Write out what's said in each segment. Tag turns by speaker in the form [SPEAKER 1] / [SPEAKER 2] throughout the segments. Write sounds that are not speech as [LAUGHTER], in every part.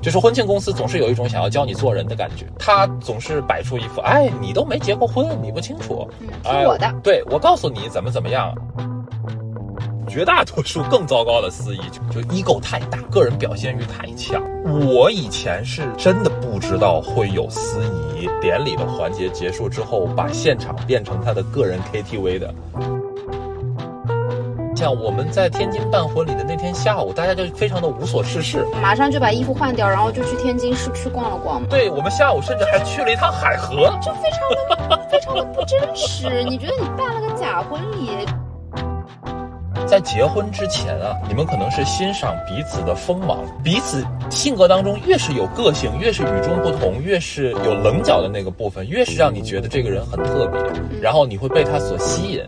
[SPEAKER 1] 就是婚庆公司总是有一种想要教你做人的感觉，他总是摆出一副哎，你都没结过婚，你不清楚，
[SPEAKER 2] 嗯，听
[SPEAKER 1] 哎
[SPEAKER 2] 我的，
[SPEAKER 1] 对我告诉你怎么怎么样。绝大多数更糟糕的司仪就就 ego 太大，个人表现欲太强。我以前是真的不知道会有司仪典礼的环节结束之后，把现场变成他的个人 KTV 的。像我们在天津办婚礼的那天下午，大家就非常的无所事事。
[SPEAKER 2] 马上就把衣服换掉，然后就去天津市区逛了逛嘛。
[SPEAKER 1] 对我们下午甚至还去了一趟海河。
[SPEAKER 2] 这非常的非常的不真实，你觉得你办了个假婚礼？
[SPEAKER 1] 在结婚之前啊，你们可能是欣赏彼此的锋芒，彼此性格当中越是有个性，越是与众不同，越是有棱角的那个部分，越是让你觉得这个人很特别，然后你会被他所吸引。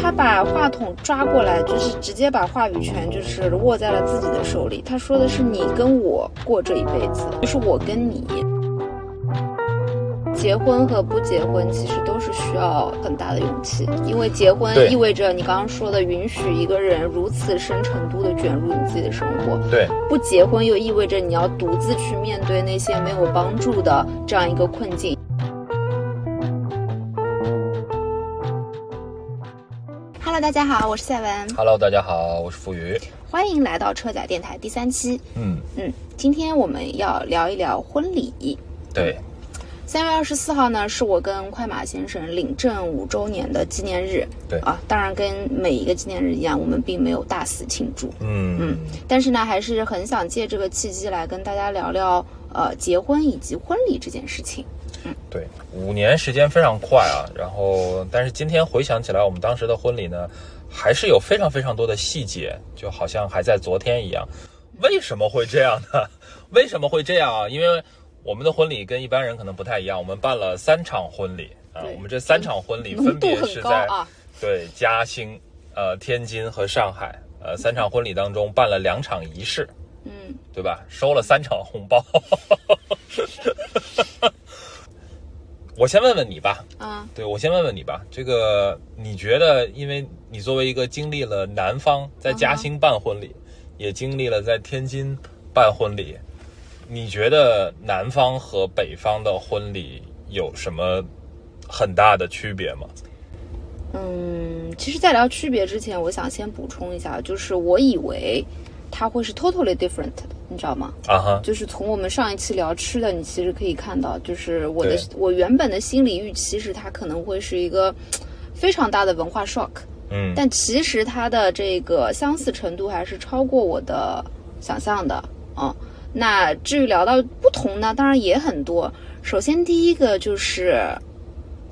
[SPEAKER 2] 他把话筒抓过来，就是直接把话语权就是握在了自己的手里。他说的是你跟我过这一辈子，不是我跟你。结婚和不结婚其实都是需要很大的勇气，因为结婚
[SPEAKER 1] 对
[SPEAKER 2] 意味着你刚刚说的允许一个人如此深程度的卷入你自己的生活，
[SPEAKER 1] 对，
[SPEAKER 2] 不结婚又意味着你要独自去面对那些没有帮助的这样一个困境。Hello，大家好，我是赛文，
[SPEAKER 1] Hello，大家好，我是付宇。
[SPEAKER 2] 欢迎来到车甲电台第三期。
[SPEAKER 1] 嗯，
[SPEAKER 2] 嗯，今天我们要聊一聊婚礼。
[SPEAKER 1] 对，
[SPEAKER 2] 三月二十四号呢，是我跟快马先生领证五周年的纪念日。
[SPEAKER 1] 对
[SPEAKER 2] 啊，当然跟每一个纪念日一样，我们并没有大肆庆祝。
[SPEAKER 1] 嗯
[SPEAKER 2] 但是呢，还是很想借这个契机来跟大家聊聊，呃，结婚以及婚礼这件事情。
[SPEAKER 1] 对，五年时间非常快啊。然后，但是今天回想起来，我们当时的婚礼呢，还是有非常非常多的细节，就好像还在昨天一样。为什么会这样呢？ [LAUGHS] 为什么会这样啊？因为我们的婚礼跟一般人可能不太一样，我们办了三场婚礼啊。
[SPEAKER 2] 对嗯
[SPEAKER 1] 我们这三场婚礼分
[SPEAKER 2] 浓度
[SPEAKER 1] 别
[SPEAKER 2] 很
[SPEAKER 1] 是
[SPEAKER 2] 高
[SPEAKER 1] 在、
[SPEAKER 2] 啊，
[SPEAKER 1] 对嘉兴、呃天津和上海呃三场婚礼当中办了两场仪式。
[SPEAKER 2] 嗯，
[SPEAKER 1] 对吧？收了三场红包。 [LAUGHS] 我先问问你吧，
[SPEAKER 2] 啊，
[SPEAKER 1] 对我先问问你吧，这个你觉得，因为你作为一个经历了南方在嘉兴办婚礼，也经历了在天津办婚礼，你觉得南方和北方的婚礼有什么很大的区别吗？
[SPEAKER 2] 嗯，其实，在聊区别之前，我想先补充一下，就是我以为它会是 totally different 的，你知道吗？
[SPEAKER 1] 啊哈，
[SPEAKER 2] 就是从我们上一期聊吃的，你其实可以看到，就是我的
[SPEAKER 1] 对
[SPEAKER 2] 我原本的心理预期是它可能会是一个非常大的文化 shock，
[SPEAKER 1] 嗯，
[SPEAKER 2] 但其实它的这个相似程度还是超过我的想象的啊、嗯那至于聊到不同呢，当然也很多。首先第一个就是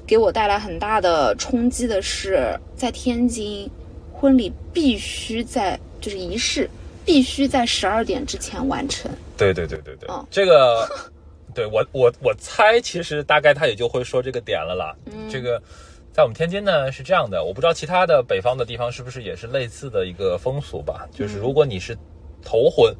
[SPEAKER 2] 给我带来很大的冲击的是，在天津婚礼必须在就是仪式必须在十二点之前完成。
[SPEAKER 1] 对对对对对，
[SPEAKER 2] 嗯
[SPEAKER 1] 这个， [LAUGHS] 对我我我猜，其实大概他也就会说这个点了啦。这个在我们天津呢是这样的，我不知道其他的北方的地方是不是也是类似的一个风俗吧？就是如果你是头婚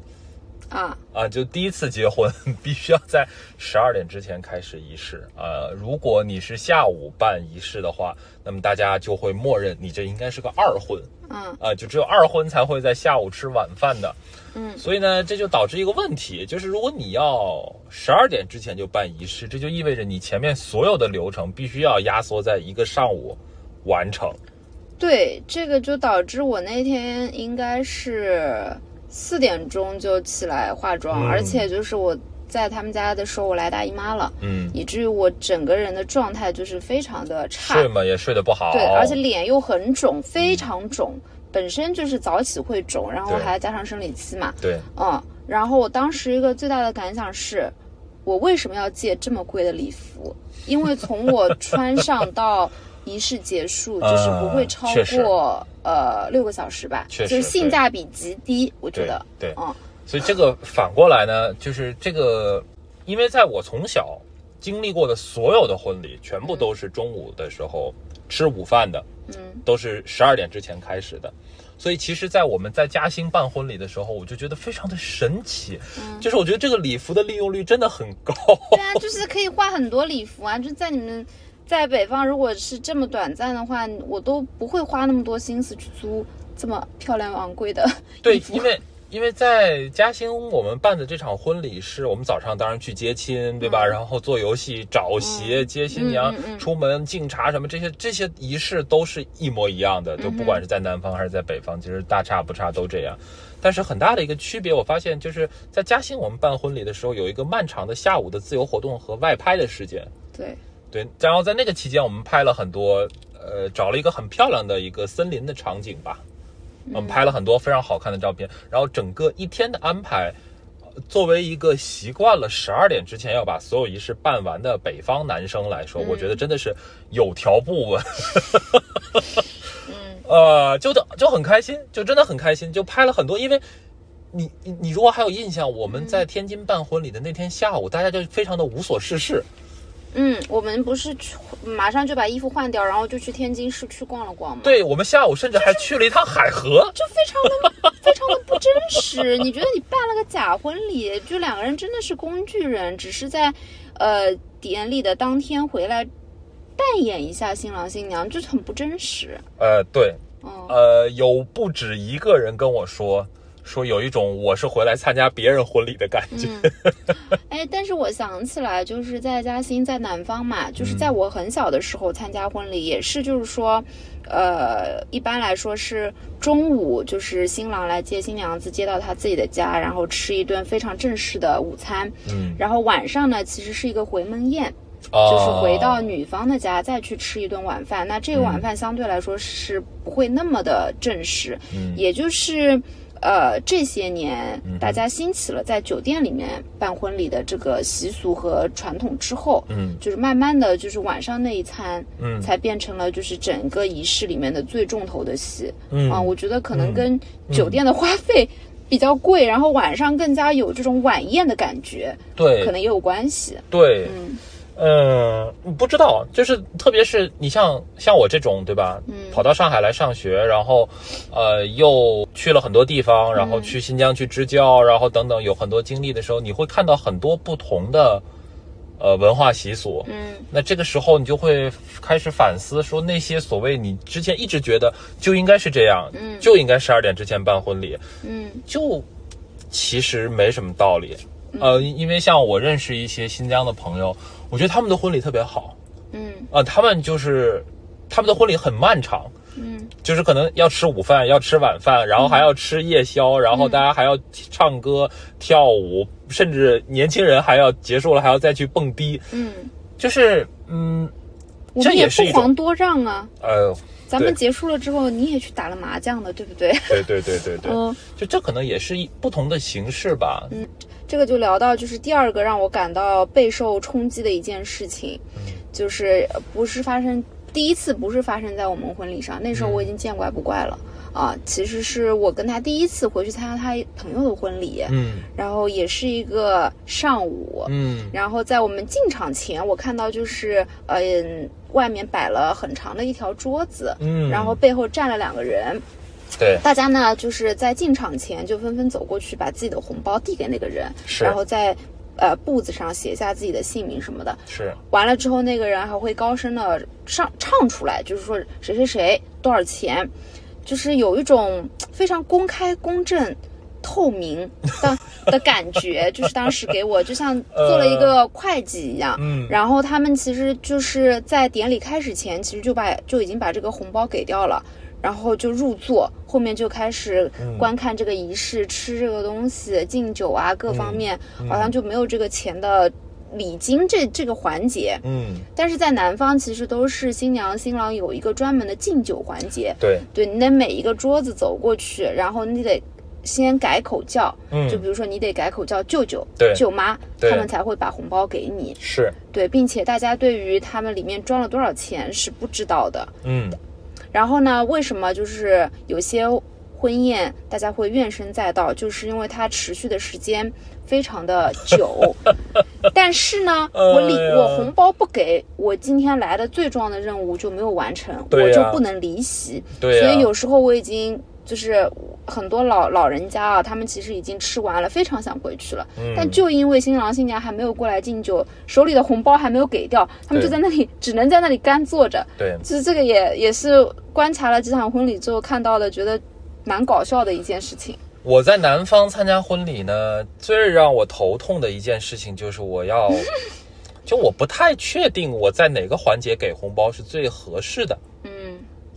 [SPEAKER 2] 啊，
[SPEAKER 1] 啊，就第一次结婚， [LAUGHS] 必须要在十二点之前开始仪式啊。如果你是下午办仪式的话，那么大家就会默认你这应该是个二婚。
[SPEAKER 2] 嗯
[SPEAKER 1] 啊，就只有二婚才会在下午吃晚饭的。
[SPEAKER 2] 嗯
[SPEAKER 1] 所以呢，这就导致一个问题，就是如果你要十二点之前就办仪式，这就意味着你前面所有的流程必须要压缩在一个上午完成。
[SPEAKER 2] 对，这个就导致我那天应该是四点钟就起来化妆，
[SPEAKER 1] 嗯
[SPEAKER 2] 而且就是我在他们家的时候，我来大姨妈了。
[SPEAKER 1] 嗯，
[SPEAKER 2] 以至于我整个人的状态就是非常的差，
[SPEAKER 1] 睡嘛也睡得不好。
[SPEAKER 2] 对，而且脸又很肿，非常肿，本身就是早起会肿，然后
[SPEAKER 1] 嗯对
[SPEAKER 2] 还加上生理期嘛，
[SPEAKER 1] 对
[SPEAKER 2] 嗯，然后我当时一个最大的感想是，我为什么要借这么贵的礼服？因为从我穿上到仪式结束，就是不会
[SPEAKER 1] 嗯
[SPEAKER 2] 超
[SPEAKER 1] 确实
[SPEAKER 2] 过呃六个小时吧，
[SPEAKER 1] 确
[SPEAKER 2] 就
[SPEAKER 1] 实
[SPEAKER 2] 是性
[SPEAKER 1] 对
[SPEAKER 2] 价比极低，我觉
[SPEAKER 1] 对
[SPEAKER 2] 得，
[SPEAKER 1] 对，
[SPEAKER 2] 嗯
[SPEAKER 1] 所以这个反过来呢，就是这个，因为在我从小经历过的所有的婚礼，全部都是中午的时候吃午饭的。
[SPEAKER 2] 嗯
[SPEAKER 1] 都是十二点之前开始的。所以其实，在我们在嘉兴办婚礼的时候，我就觉得非常的神奇，
[SPEAKER 2] 嗯，
[SPEAKER 1] 就是我觉得这个礼服的利用率真的很高。
[SPEAKER 2] 对啊，就是可以换很多礼服啊，就在你们。在北方，如果是这么短暂的话，我都不会花那么多心思去租这么漂亮昂贵的 [LAUGHS]
[SPEAKER 1] 对
[SPEAKER 2] 衣，服
[SPEAKER 1] 因为因为在嘉兴，我们办的这场婚礼是我们早上当然去接亲，对吧？然后做游戏、找鞋、接新娘、
[SPEAKER 2] 嗯嗯嗯嗯
[SPEAKER 1] 出门敬茶什么这些这些仪式都是一模一样的，就不
[SPEAKER 2] 嗯
[SPEAKER 1] 管是在南方还是在北方，其实大差不差都这样。但是很大的一个区别，我发现就是在嘉兴我们办婚礼的时候，有一个漫长的下午的自由活动和外拍的时间。
[SPEAKER 2] 对，
[SPEAKER 1] 对，然后在那个期间，我们拍了很多，呃，找了一个很漂亮的一个森林的场景吧，我们拍了很多非常好看的照片。然后整个一天的安排，呃作为一个习惯了十二点之前要把所有仪式办完的北方男生来说，我觉得真的是有条不紊。
[SPEAKER 2] 嗯
[SPEAKER 1] 呃，就的就很开心，就真的很开心，就拍了很多，因为。你你你如果还有印象，我们在天津办婚礼的那天下午，大家就非常的无所事事，
[SPEAKER 2] 嗯，我们不是去马上就把衣服换掉，然后就去天津市区逛了逛吗？
[SPEAKER 1] 对我们下午甚至还去了一趟海河，
[SPEAKER 2] 就非常的 [LAUGHS] 非常的不真实。你觉得你办了个假婚礼，就两个人真的是工具人，只是在呃典礼的当天回来扮演一下新郎新娘，就很不真实。
[SPEAKER 1] 呃，对，
[SPEAKER 2] 嗯，
[SPEAKER 1] 呃，有不止一个人跟我说，说有一种我是回来参加别人婚礼的感觉。
[SPEAKER 2] 哎，但是我想起来，就是在嘉兴，在南方嘛，就是在我很小的时候参加婚礼，也是就是说，呃，一般来说是中午，就是新郎来接新娘子，接到他自己的家，然后吃一顿非常正式的午餐，
[SPEAKER 1] 嗯，
[SPEAKER 2] 然后晚上呢，其实是一个回门宴，
[SPEAKER 1] 啊
[SPEAKER 2] 就是回到女方的家再去吃一顿晚饭。那这个
[SPEAKER 1] 嗯
[SPEAKER 2] 晚饭相对来说是不会那么的正式，
[SPEAKER 1] 嗯
[SPEAKER 2] 也就是。呃，这些年
[SPEAKER 1] 嗯哼
[SPEAKER 2] 大家兴起了在酒店里面办婚礼的这个习俗和传统之后，
[SPEAKER 1] 嗯
[SPEAKER 2] 就是慢慢的就是晚上那一餐
[SPEAKER 1] 嗯
[SPEAKER 2] 才变成了就是整个仪式里面的最重头的戏。
[SPEAKER 1] 嗯
[SPEAKER 2] 啊，我觉得可能
[SPEAKER 1] 嗯
[SPEAKER 2] 跟酒店的花费比较贵，然后晚上更加有这种晚宴的感觉，可
[SPEAKER 1] 对
[SPEAKER 2] 能也有关系。
[SPEAKER 1] 对，
[SPEAKER 2] 嗯
[SPEAKER 1] 嗯，不知道，就是特别是你像像我这种对吧，
[SPEAKER 2] 嗯
[SPEAKER 1] 跑到上海来上学，然后呃又去了很多地方，然后
[SPEAKER 2] 嗯
[SPEAKER 1] 去新疆去支教，然后等等有很多经历的时候，你会看到很多不同的呃文化习俗，
[SPEAKER 2] 嗯
[SPEAKER 1] 那这个时候你就会开始反思，说那些所谓你之前一直觉得就应该是这样，
[SPEAKER 2] 嗯
[SPEAKER 1] 就应该十二点之前办婚礼，
[SPEAKER 2] 嗯
[SPEAKER 1] 就其实没什么道理。呃，因为像我认识一些新疆的朋友，我觉得他们的婚礼特别好
[SPEAKER 2] 嗯
[SPEAKER 1] 啊、他们就是他们的婚礼很漫长，
[SPEAKER 2] 嗯
[SPEAKER 1] 就是可能要吃午饭，要吃晚饭，然后还要吃夜宵，然
[SPEAKER 2] 嗯
[SPEAKER 1] 后大家还要唱歌、跳舞，甚至年轻人还要结束了还要再去蹦迪，
[SPEAKER 2] 嗯，
[SPEAKER 1] 就是嗯。
[SPEAKER 2] 我
[SPEAKER 1] 这
[SPEAKER 2] 们也
[SPEAKER 1] 也是
[SPEAKER 2] 不
[SPEAKER 1] 一种
[SPEAKER 2] 遑多让啊。
[SPEAKER 1] 呃，
[SPEAKER 2] 咱们
[SPEAKER 1] 对
[SPEAKER 2] 结束了之后，你也去打了麻将的，对不对？
[SPEAKER 1] 对对对对对，
[SPEAKER 2] 嗯，
[SPEAKER 1] 就这可能也是一不同的形式吧。
[SPEAKER 2] 这个就聊到就是第二个让我感到备受冲击的一件事情，
[SPEAKER 1] 嗯
[SPEAKER 2] 就是呃不是发生第一次不是发生在我们婚礼上，那时候
[SPEAKER 1] 嗯
[SPEAKER 2] 我已经见怪不怪了、啊。其实是我跟他第一次回去参加他朋友的婚礼，
[SPEAKER 1] 嗯
[SPEAKER 2] 然后也是一个上午。
[SPEAKER 1] 嗯
[SPEAKER 2] 然后在我们进场前，我看到就是呃，嗯外面摆了很长的一条桌子，
[SPEAKER 1] 嗯，
[SPEAKER 2] 然后背后站了两个人，
[SPEAKER 1] 对
[SPEAKER 2] 大家呢就是在进场前就纷纷走过去，把自己的红包递给那个人，
[SPEAKER 1] 是
[SPEAKER 2] 然后在呃簿子上写下自己的姓名什么的。
[SPEAKER 1] 是
[SPEAKER 2] 完了之后，那个人还会高声的上唱出来，就是说谁谁谁多少钱，就是有一种非常公开、公正、透明的的感觉，就是当时给我就像做了
[SPEAKER 1] [LAUGHS]
[SPEAKER 2] 一个会计一样。
[SPEAKER 1] 嗯
[SPEAKER 2] 然后他们其实就是在典礼开始前，其实就把就已经把这个红包给掉了，然后就入座，后面就开始
[SPEAKER 1] 嗯
[SPEAKER 2] 观看这个仪式、吃这个东西、敬酒啊各方面，
[SPEAKER 1] 嗯
[SPEAKER 2] 好像就没有这个钱的礼金这这个环节。
[SPEAKER 1] 嗯
[SPEAKER 2] 但是在南方，其实都是新娘新郎有一个专门的敬酒环节，
[SPEAKER 1] 对
[SPEAKER 2] 对你得每一个桌子走过去，然后你得先改口叫，
[SPEAKER 1] 嗯
[SPEAKER 2] 就比如说你得改口叫舅舅、
[SPEAKER 1] 对
[SPEAKER 2] 舅妈，
[SPEAKER 1] 对
[SPEAKER 2] 他们才会把红包给你。
[SPEAKER 1] 是
[SPEAKER 2] 对，并且大家对于他们里面装了多少钱是不知道的。
[SPEAKER 1] 嗯
[SPEAKER 2] 然后呢，为什么就是有些婚宴大家会怨声载道，就是因为它持续的时间非常的
[SPEAKER 1] [LAUGHS]
[SPEAKER 2] 久。但是呢，我礼
[SPEAKER 1] 哎呀
[SPEAKER 2] 我红包不给，我今天来的最重要的任务就没有完成，我
[SPEAKER 1] 对
[SPEAKER 2] 就
[SPEAKER 1] 呀
[SPEAKER 2] 不能离席。
[SPEAKER 1] 对啊
[SPEAKER 2] 所
[SPEAKER 1] 呀
[SPEAKER 2] 以有时候我已经就是很多老老人家啊，他们其实已经吃完了，非常想回去了，
[SPEAKER 1] 嗯
[SPEAKER 2] 但就因为新郎新娘还没有过来敬酒，手里的红包还没有给掉，他们就
[SPEAKER 1] 对
[SPEAKER 2] 在那里只能在那里干坐着。
[SPEAKER 1] 对
[SPEAKER 2] 其实这个也也是观察了几场婚礼之后看到的，觉得蛮搞笑的一件事情。
[SPEAKER 1] 我在南方参加婚礼呢，最让我头痛的一件事情就是我
[SPEAKER 2] [LAUGHS]
[SPEAKER 1] 要，就我不太确定我在哪个环节给红包是最合适的，
[SPEAKER 2] 嗯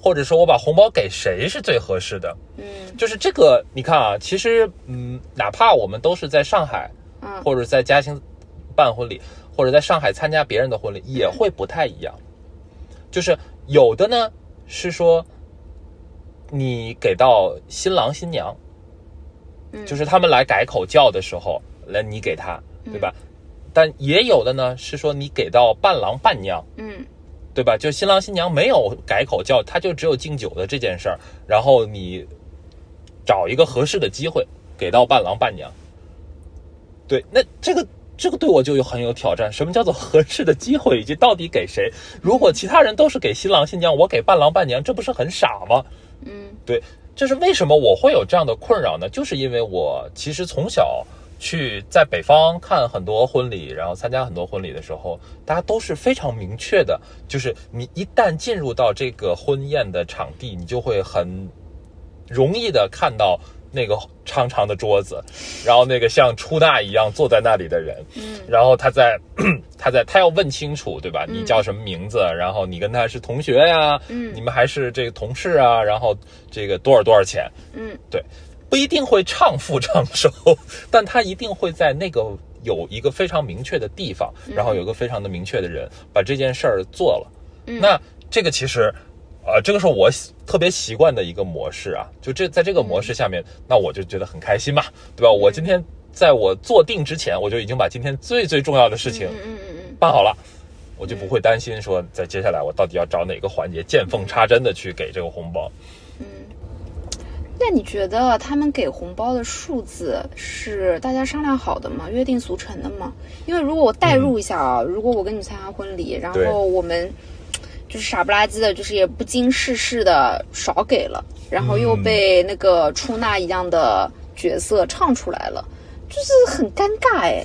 [SPEAKER 1] 或者说我把红包给谁是最合适的。
[SPEAKER 2] 嗯
[SPEAKER 1] 就是这个，你看啊，其实嗯，哪怕我们都是在上海
[SPEAKER 2] 嗯
[SPEAKER 1] 或者在嘉兴办婚礼，或者在上海参加别人的婚礼，也会不太一样。就是有的呢是说，你给到新郎新娘，
[SPEAKER 2] 嗯，
[SPEAKER 1] 就是他们来改口叫的时候，来你给他，对吧？
[SPEAKER 2] 嗯
[SPEAKER 1] 但也有的呢是说你给到伴郎伴娘，
[SPEAKER 2] 嗯
[SPEAKER 1] 对吧？就新郎新娘没有改口叫，他就只有敬酒的这件事儿，然后你找一个合适的机会给到伴郎伴娘。对，那这个这个对我就有很有挑战。什么叫做合适的机会，以及到底给谁？如果其他人都是给新郎新娘，我给伴郎伴娘，这不是很傻吗？
[SPEAKER 2] 嗯
[SPEAKER 1] 对，这是为什么我会有这样的困扰呢？就是因为我其实从小去在北方看很多婚礼，然后参加很多婚礼的时候，大家都是非常明确的，就是你一旦进入到这个婚宴的场地，你就会很容易的看到。那个长长的桌子，然后那个像出纳一样坐在那里的人，
[SPEAKER 2] 嗯
[SPEAKER 1] 然后他在 [CLEARS THROAT] 他在他要问清楚，对吧？你叫什么名字？然后你跟他是同学呀、
[SPEAKER 2] 嗯
[SPEAKER 1] 你们还是这个同事啊？然后这个多少多少钱？
[SPEAKER 2] 嗯
[SPEAKER 1] 不一定会唱副唱首，但他一定会在那个有一个非常明确的地方，然后有一个非常的明确的人把这件事儿做了。
[SPEAKER 2] 嗯
[SPEAKER 1] 那这个其实，呃，这个是我喜特别习惯的一个模式啊。就这在这个模式下面，那我就觉得很开心嘛，对吧？我今天在我坐定之前，我就已经把今天最最重要的事情
[SPEAKER 2] 嗯嗯嗯
[SPEAKER 1] 办好了，我就不会担心说在接下来我到底要找哪个环节见缝插针的去给这个红包。
[SPEAKER 2] 嗯。那你觉得他们给红包的数字是大家商量好的吗？约定俗成的吗？因为如果我代入一下啊，如果我跟你参加婚礼，然
[SPEAKER 1] 嗯对
[SPEAKER 2] 后我们就是傻不拉几的，就是也不经世事的少给了，然后又
[SPEAKER 1] 嗯
[SPEAKER 2] 被那个出纳一样的角色唱出来了，就是很尴尬哎。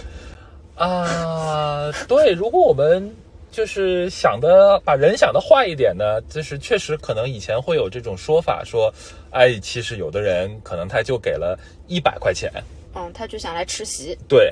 [SPEAKER 1] 啊， [LAUGHS] 对，如果我们就是想的把人想的坏一点呢，就是确实可能以前会有这种说法，说，哎，其实有的人可能他就给了一百块钱，
[SPEAKER 2] 嗯，他就想来吃席，
[SPEAKER 1] 对，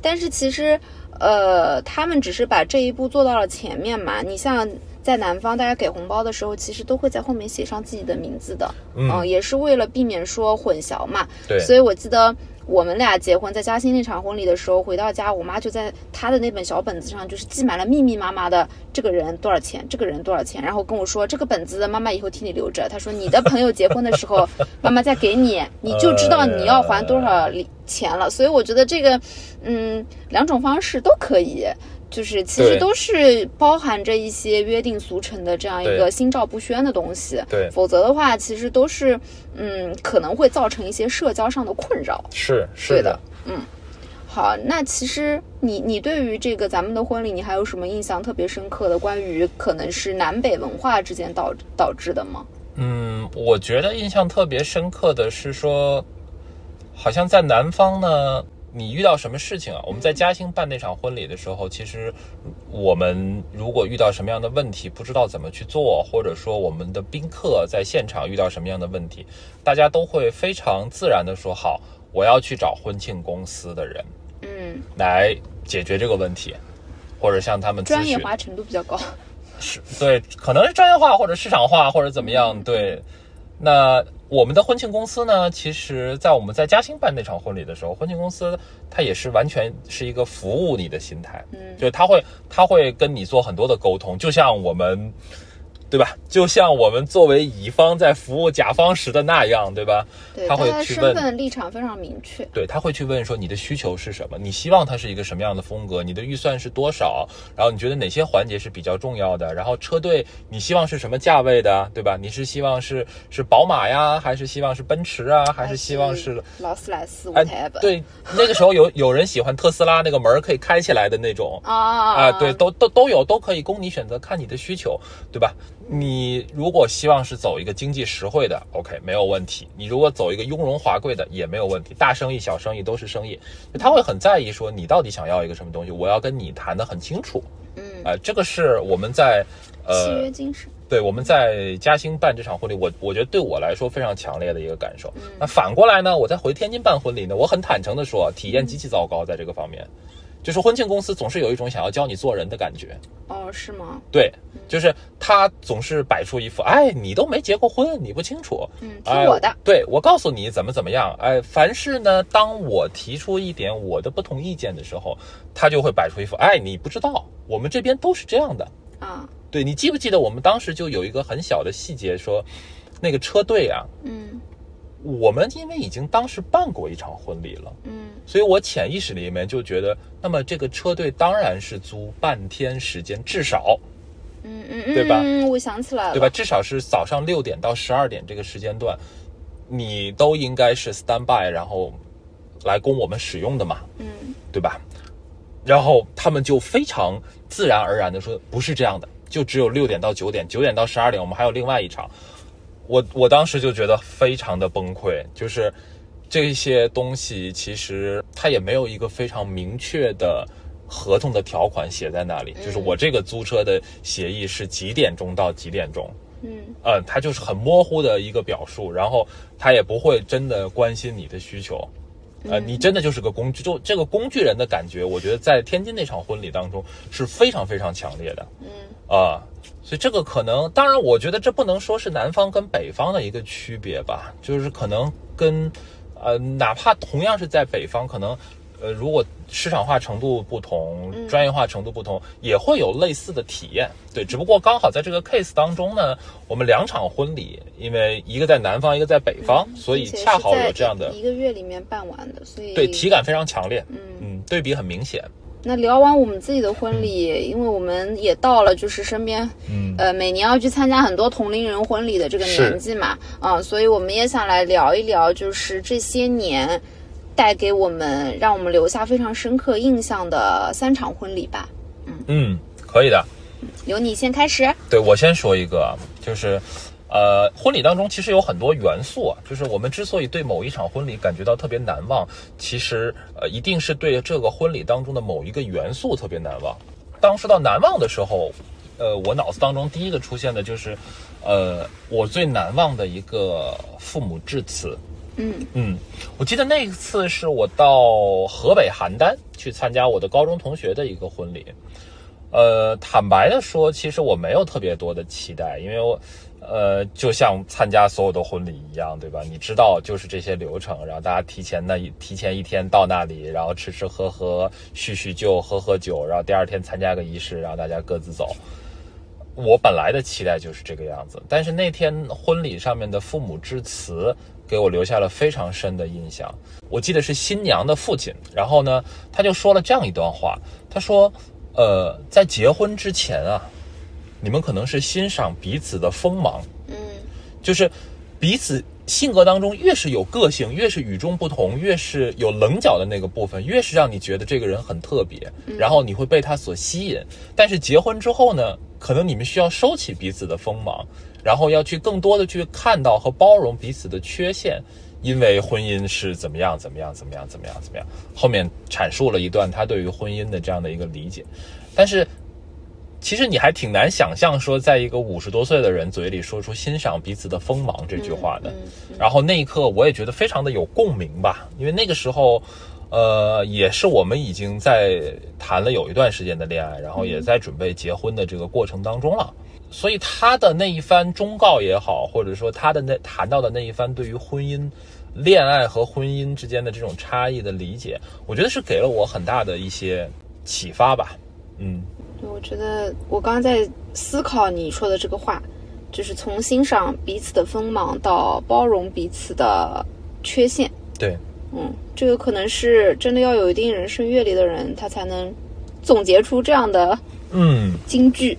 [SPEAKER 2] 但是其实，呃，他们只是把这一步做到了前面嘛。你像在南方，大家给红包的时候，其实都会在后面写上自己的名字的，
[SPEAKER 1] 嗯
[SPEAKER 2] 也是为了避免说混淆嘛。
[SPEAKER 1] 对，
[SPEAKER 2] 哦所以我记得我们俩结婚在嘉兴那场婚礼的时候，回到家，我妈就在她的那本小本子上，就是记满了密密麻麻的这个人多少钱，这个人多少钱，然后跟我说这个本子妈妈以后替你留着。她说你的朋友结婚的时候， [LAUGHS] 妈妈再给你，你就知道你要还多少礼钱了。所以我觉得这个，嗯，两种方式都可以。就是其实
[SPEAKER 1] 对
[SPEAKER 2] 都是包含着一些约定俗成的这样一个
[SPEAKER 1] 对
[SPEAKER 2] 心照不宣的东西，
[SPEAKER 1] 对
[SPEAKER 2] 否则的话，其实都是嗯，可能会造成一些社交上的困扰。
[SPEAKER 1] 是是
[SPEAKER 2] 对的，嗯。好，那其实你你对于这个咱们的婚礼，你还有什么印象特别深刻的关于可能是南北文化之间导导致的吗？
[SPEAKER 1] 嗯，我觉得印象特别深刻的是说，好像在南方呢，你遇到什么事情啊？我们在嘉兴办那场婚礼的时候，其实我们如果遇到什么样的问题，不知道怎么去做，或者说我们的宾客在现场遇到什么样的问题，大家都会非常自然的说：“好，我要去找婚庆公司的人
[SPEAKER 2] 嗯，
[SPEAKER 1] 来解决这个问题。”或者向他们咨询
[SPEAKER 2] 专业化程度比较
[SPEAKER 1] [LAUGHS]
[SPEAKER 2] 高。
[SPEAKER 1] 是对，可能是专业化或者市场化或者怎么
[SPEAKER 2] 嗯
[SPEAKER 1] 样。对，那我们的婚庆公司呢，其实，在我们在嘉兴办那场婚礼的时候，婚庆公司它也是完全是一个服务你的心态，
[SPEAKER 2] 嗯
[SPEAKER 1] 就是他会他会跟你做很多的沟通，就像我们。对吧？就像我们作为乙方在服务甲方时的那样，对吧？
[SPEAKER 2] 对，
[SPEAKER 1] 他
[SPEAKER 2] 大
[SPEAKER 1] 会
[SPEAKER 2] 家的
[SPEAKER 1] 去
[SPEAKER 2] 身
[SPEAKER 1] 问
[SPEAKER 2] 份立场非常明确。
[SPEAKER 1] 对他会去问说你的需求是什么，你希望它是一个什么样的风格，你的预算是多少，然后你觉得哪些环节是比较重要的，然后车队你希望是什么价位的，对吧？你是希望是是宝马呀，还是希望是奔驰啊，还是希望是
[SPEAKER 2] 劳斯莱斯
[SPEAKER 1] 哎
[SPEAKER 2] whatever？
[SPEAKER 1] 对，那个时候有有人喜欢特斯拉那个门儿可以开起来的那种。
[SPEAKER 2] 啊
[SPEAKER 1] 啊，对，都都都有，都可以供你选择，看你的需求，对吧？你如果希望是走一个经济实惠的，OK，没有问题；你如果走一个雍容华贵的，也没有问题。大生意、小生意都是生意，就他会很在意说你到底想要一个什么东西，我要跟你谈得很清楚。呃
[SPEAKER 2] 嗯，
[SPEAKER 1] 啊、这个是我们在
[SPEAKER 2] 契
[SPEAKER 1] 呃
[SPEAKER 2] 约精神。
[SPEAKER 1] 对，我们在嘉兴办这场婚礼，我我觉得对我来说非常强烈的一个感
[SPEAKER 2] 嗯
[SPEAKER 1] 受。那反过来呢，我在回天津办婚礼呢，我很坦诚的说，啊体验极其糟糕，在这个方面，就是婚庆公司总是有一种想要教你做人的感觉。
[SPEAKER 2] 哦，是吗？
[SPEAKER 1] 对，就是他总是摆出一副，哎，你都没结过婚，你不清楚。
[SPEAKER 2] 嗯，听
[SPEAKER 1] 哎
[SPEAKER 2] 我的。
[SPEAKER 1] 对我告诉你怎么怎么样。哎，凡是呢，当我提出一点我的不同意见的时候，他就会摆出一副，哎，你不知道，我们这边都是这样的。
[SPEAKER 2] 啊，
[SPEAKER 1] 对你记不记得我们当时就有一个很小的细节说，那个车队啊，
[SPEAKER 2] 嗯
[SPEAKER 1] 我们因为已经当时办过一场婚礼了，
[SPEAKER 2] 嗯
[SPEAKER 1] 所以我潜意识里面就觉得，那么这个车队当然是租半天时间，至少
[SPEAKER 2] 嗯嗯嗯，
[SPEAKER 1] 对吧
[SPEAKER 2] 嗯，我想起来了，
[SPEAKER 1] 对吧？？至少是早上六点到十二点这个时间段，你都应该是 stand by，然后来供我们使用的嘛，
[SPEAKER 2] 嗯
[SPEAKER 1] 对吧？然后他们就非常自然而然的说，不是这样的，就只有六点到九点，九点到十二点，我们还有另外一场。我我当时就觉得非常的崩溃，就是这些东西其实它也没有一个非常明确的合同的条款写在那里，就是我这个租车的协议是几点钟到几点钟，
[SPEAKER 2] 嗯
[SPEAKER 1] 嗯，他就是很模糊的一个表述，然后他也不会真的关心你的需求，呃，你真的就是个工具，就这个工具人的感觉，我觉得在天津那场婚礼当中是非常非常强烈的
[SPEAKER 2] 嗯
[SPEAKER 1] 啊、所以这个可能，当然，我觉得这不能说是南方跟北方的一个区别吧，就是可能跟，呃，哪怕同样是在北方，可能。呃，如果市场化程度不同，
[SPEAKER 2] 嗯
[SPEAKER 1] 专业化程度不同，也会有类似的体验。对，只不过刚好在这个 case 当中呢，我们两场婚礼，因为一个在南方，一个在北方，所以
[SPEAKER 2] 嗯并且
[SPEAKER 1] 恰
[SPEAKER 2] 是
[SPEAKER 1] 好
[SPEAKER 2] 在
[SPEAKER 1] 有这样的
[SPEAKER 2] 一个月里面办完的，所以
[SPEAKER 1] 对体感非常强烈，
[SPEAKER 2] 嗯。
[SPEAKER 1] 嗯，对比很明显，
[SPEAKER 2] 那聊完我们自己的婚礼，因为我们也到了就是身边，
[SPEAKER 1] 嗯
[SPEAKER 2] 呃，每年要去参加很多同龄人婚礼的这个
[SPEAKER 1] 是
[SPEAKER 2] 年纪嘛，啊、所以我们也想来聊一聊，就是这些年带给我们让我们留下非常深刻印象的三场婚礼吧。
[SPEAKER 1] 嗯，可以的。
[SPEAKER 2] 由你先开始。
[SPEAKER 1] 对我先说一个啊，就是，呃，婚礼当中其实有很多元素啊，就是我们之所以对某一场婚礼感觉到特别难忘，其实呃，一定是对这个婚礼当中的某一个元素特别难忘。当说到难忘的时候，呃，我脑子当中第一个出现的就是，呃，我最难忘的一个父母致辞。
[SPEAKER 2] 嗯
[SPEAKER 1] 嗯，我记得那一次是我到河北邯郸去参加我的高中同学的一个婚礼。呃，坦白的说，其实我没有特别多的期待，因为我，呃，就像参加所有的婚礼一样，对吧？你知道，就是这些流程，然后大家提前那一提前一天到那里，然后吃吃喝喝、叙叙旧、喝喝酒，然后第二天参加个仪式，然后大家各自走。我本来的期待就是这个样子，但是那天婚礼上面的父母致辞给我留下了非常深的印象。我记得是新娘的父亲，然后呢，他就说了这样一段话，他说：“呃，在结婚之前啊，你们可能是欣赏彼此的锋芒，
[SPEAKER 2] 嗯
[SPEAKER 1] 就是彼此性格当中越是有个性，越是与众不同，越是有棱角的那个部分，越是让你觉得这个人很特别，然后你会被他所吸引。但是结婚之后呢，可能你们需要收起彼此的锋芒，然后要去更多的去看到和包容彼此的缺陷。因为婚姻是怎么样怎么样怎么样怎么样怎么样，后面阐述了一段他对于婚姻的这样的一个理解，但是其实你还挺难想象说，在一个五十多岁的人嘴里说出欣赏彼此的锋芒这句话的。然后那一刻，我也觉得非常的有共鸣吧，因为那个时候，呃，也是我们已经在谈了有一段时间的恋爱，然后
[SPEAKER 2] 嗯
[SPEAKER 1] 也在准备结婚的这个过程当中了。所以他的那一番忠告也好，或者说他的那谈到的那一番对于婚姻、恋爱和婚姻之间的这种差异的理解，我觉得是给了我很大的一些启发吧。嗯，
[SPEAKER 2] 对，我觉得我刚刚在思考你说的这个话，就是从欣赏彼此的锋芒到包容彼此的缺陷。
[SPEAKER 1] 对。
[SPEAKER 2] 嗯，这个可能是真的要有一定人生阅历的人，他才能总结出这样的
[SPEAKER 1] 嗯
[SPEAKER 2] 金句。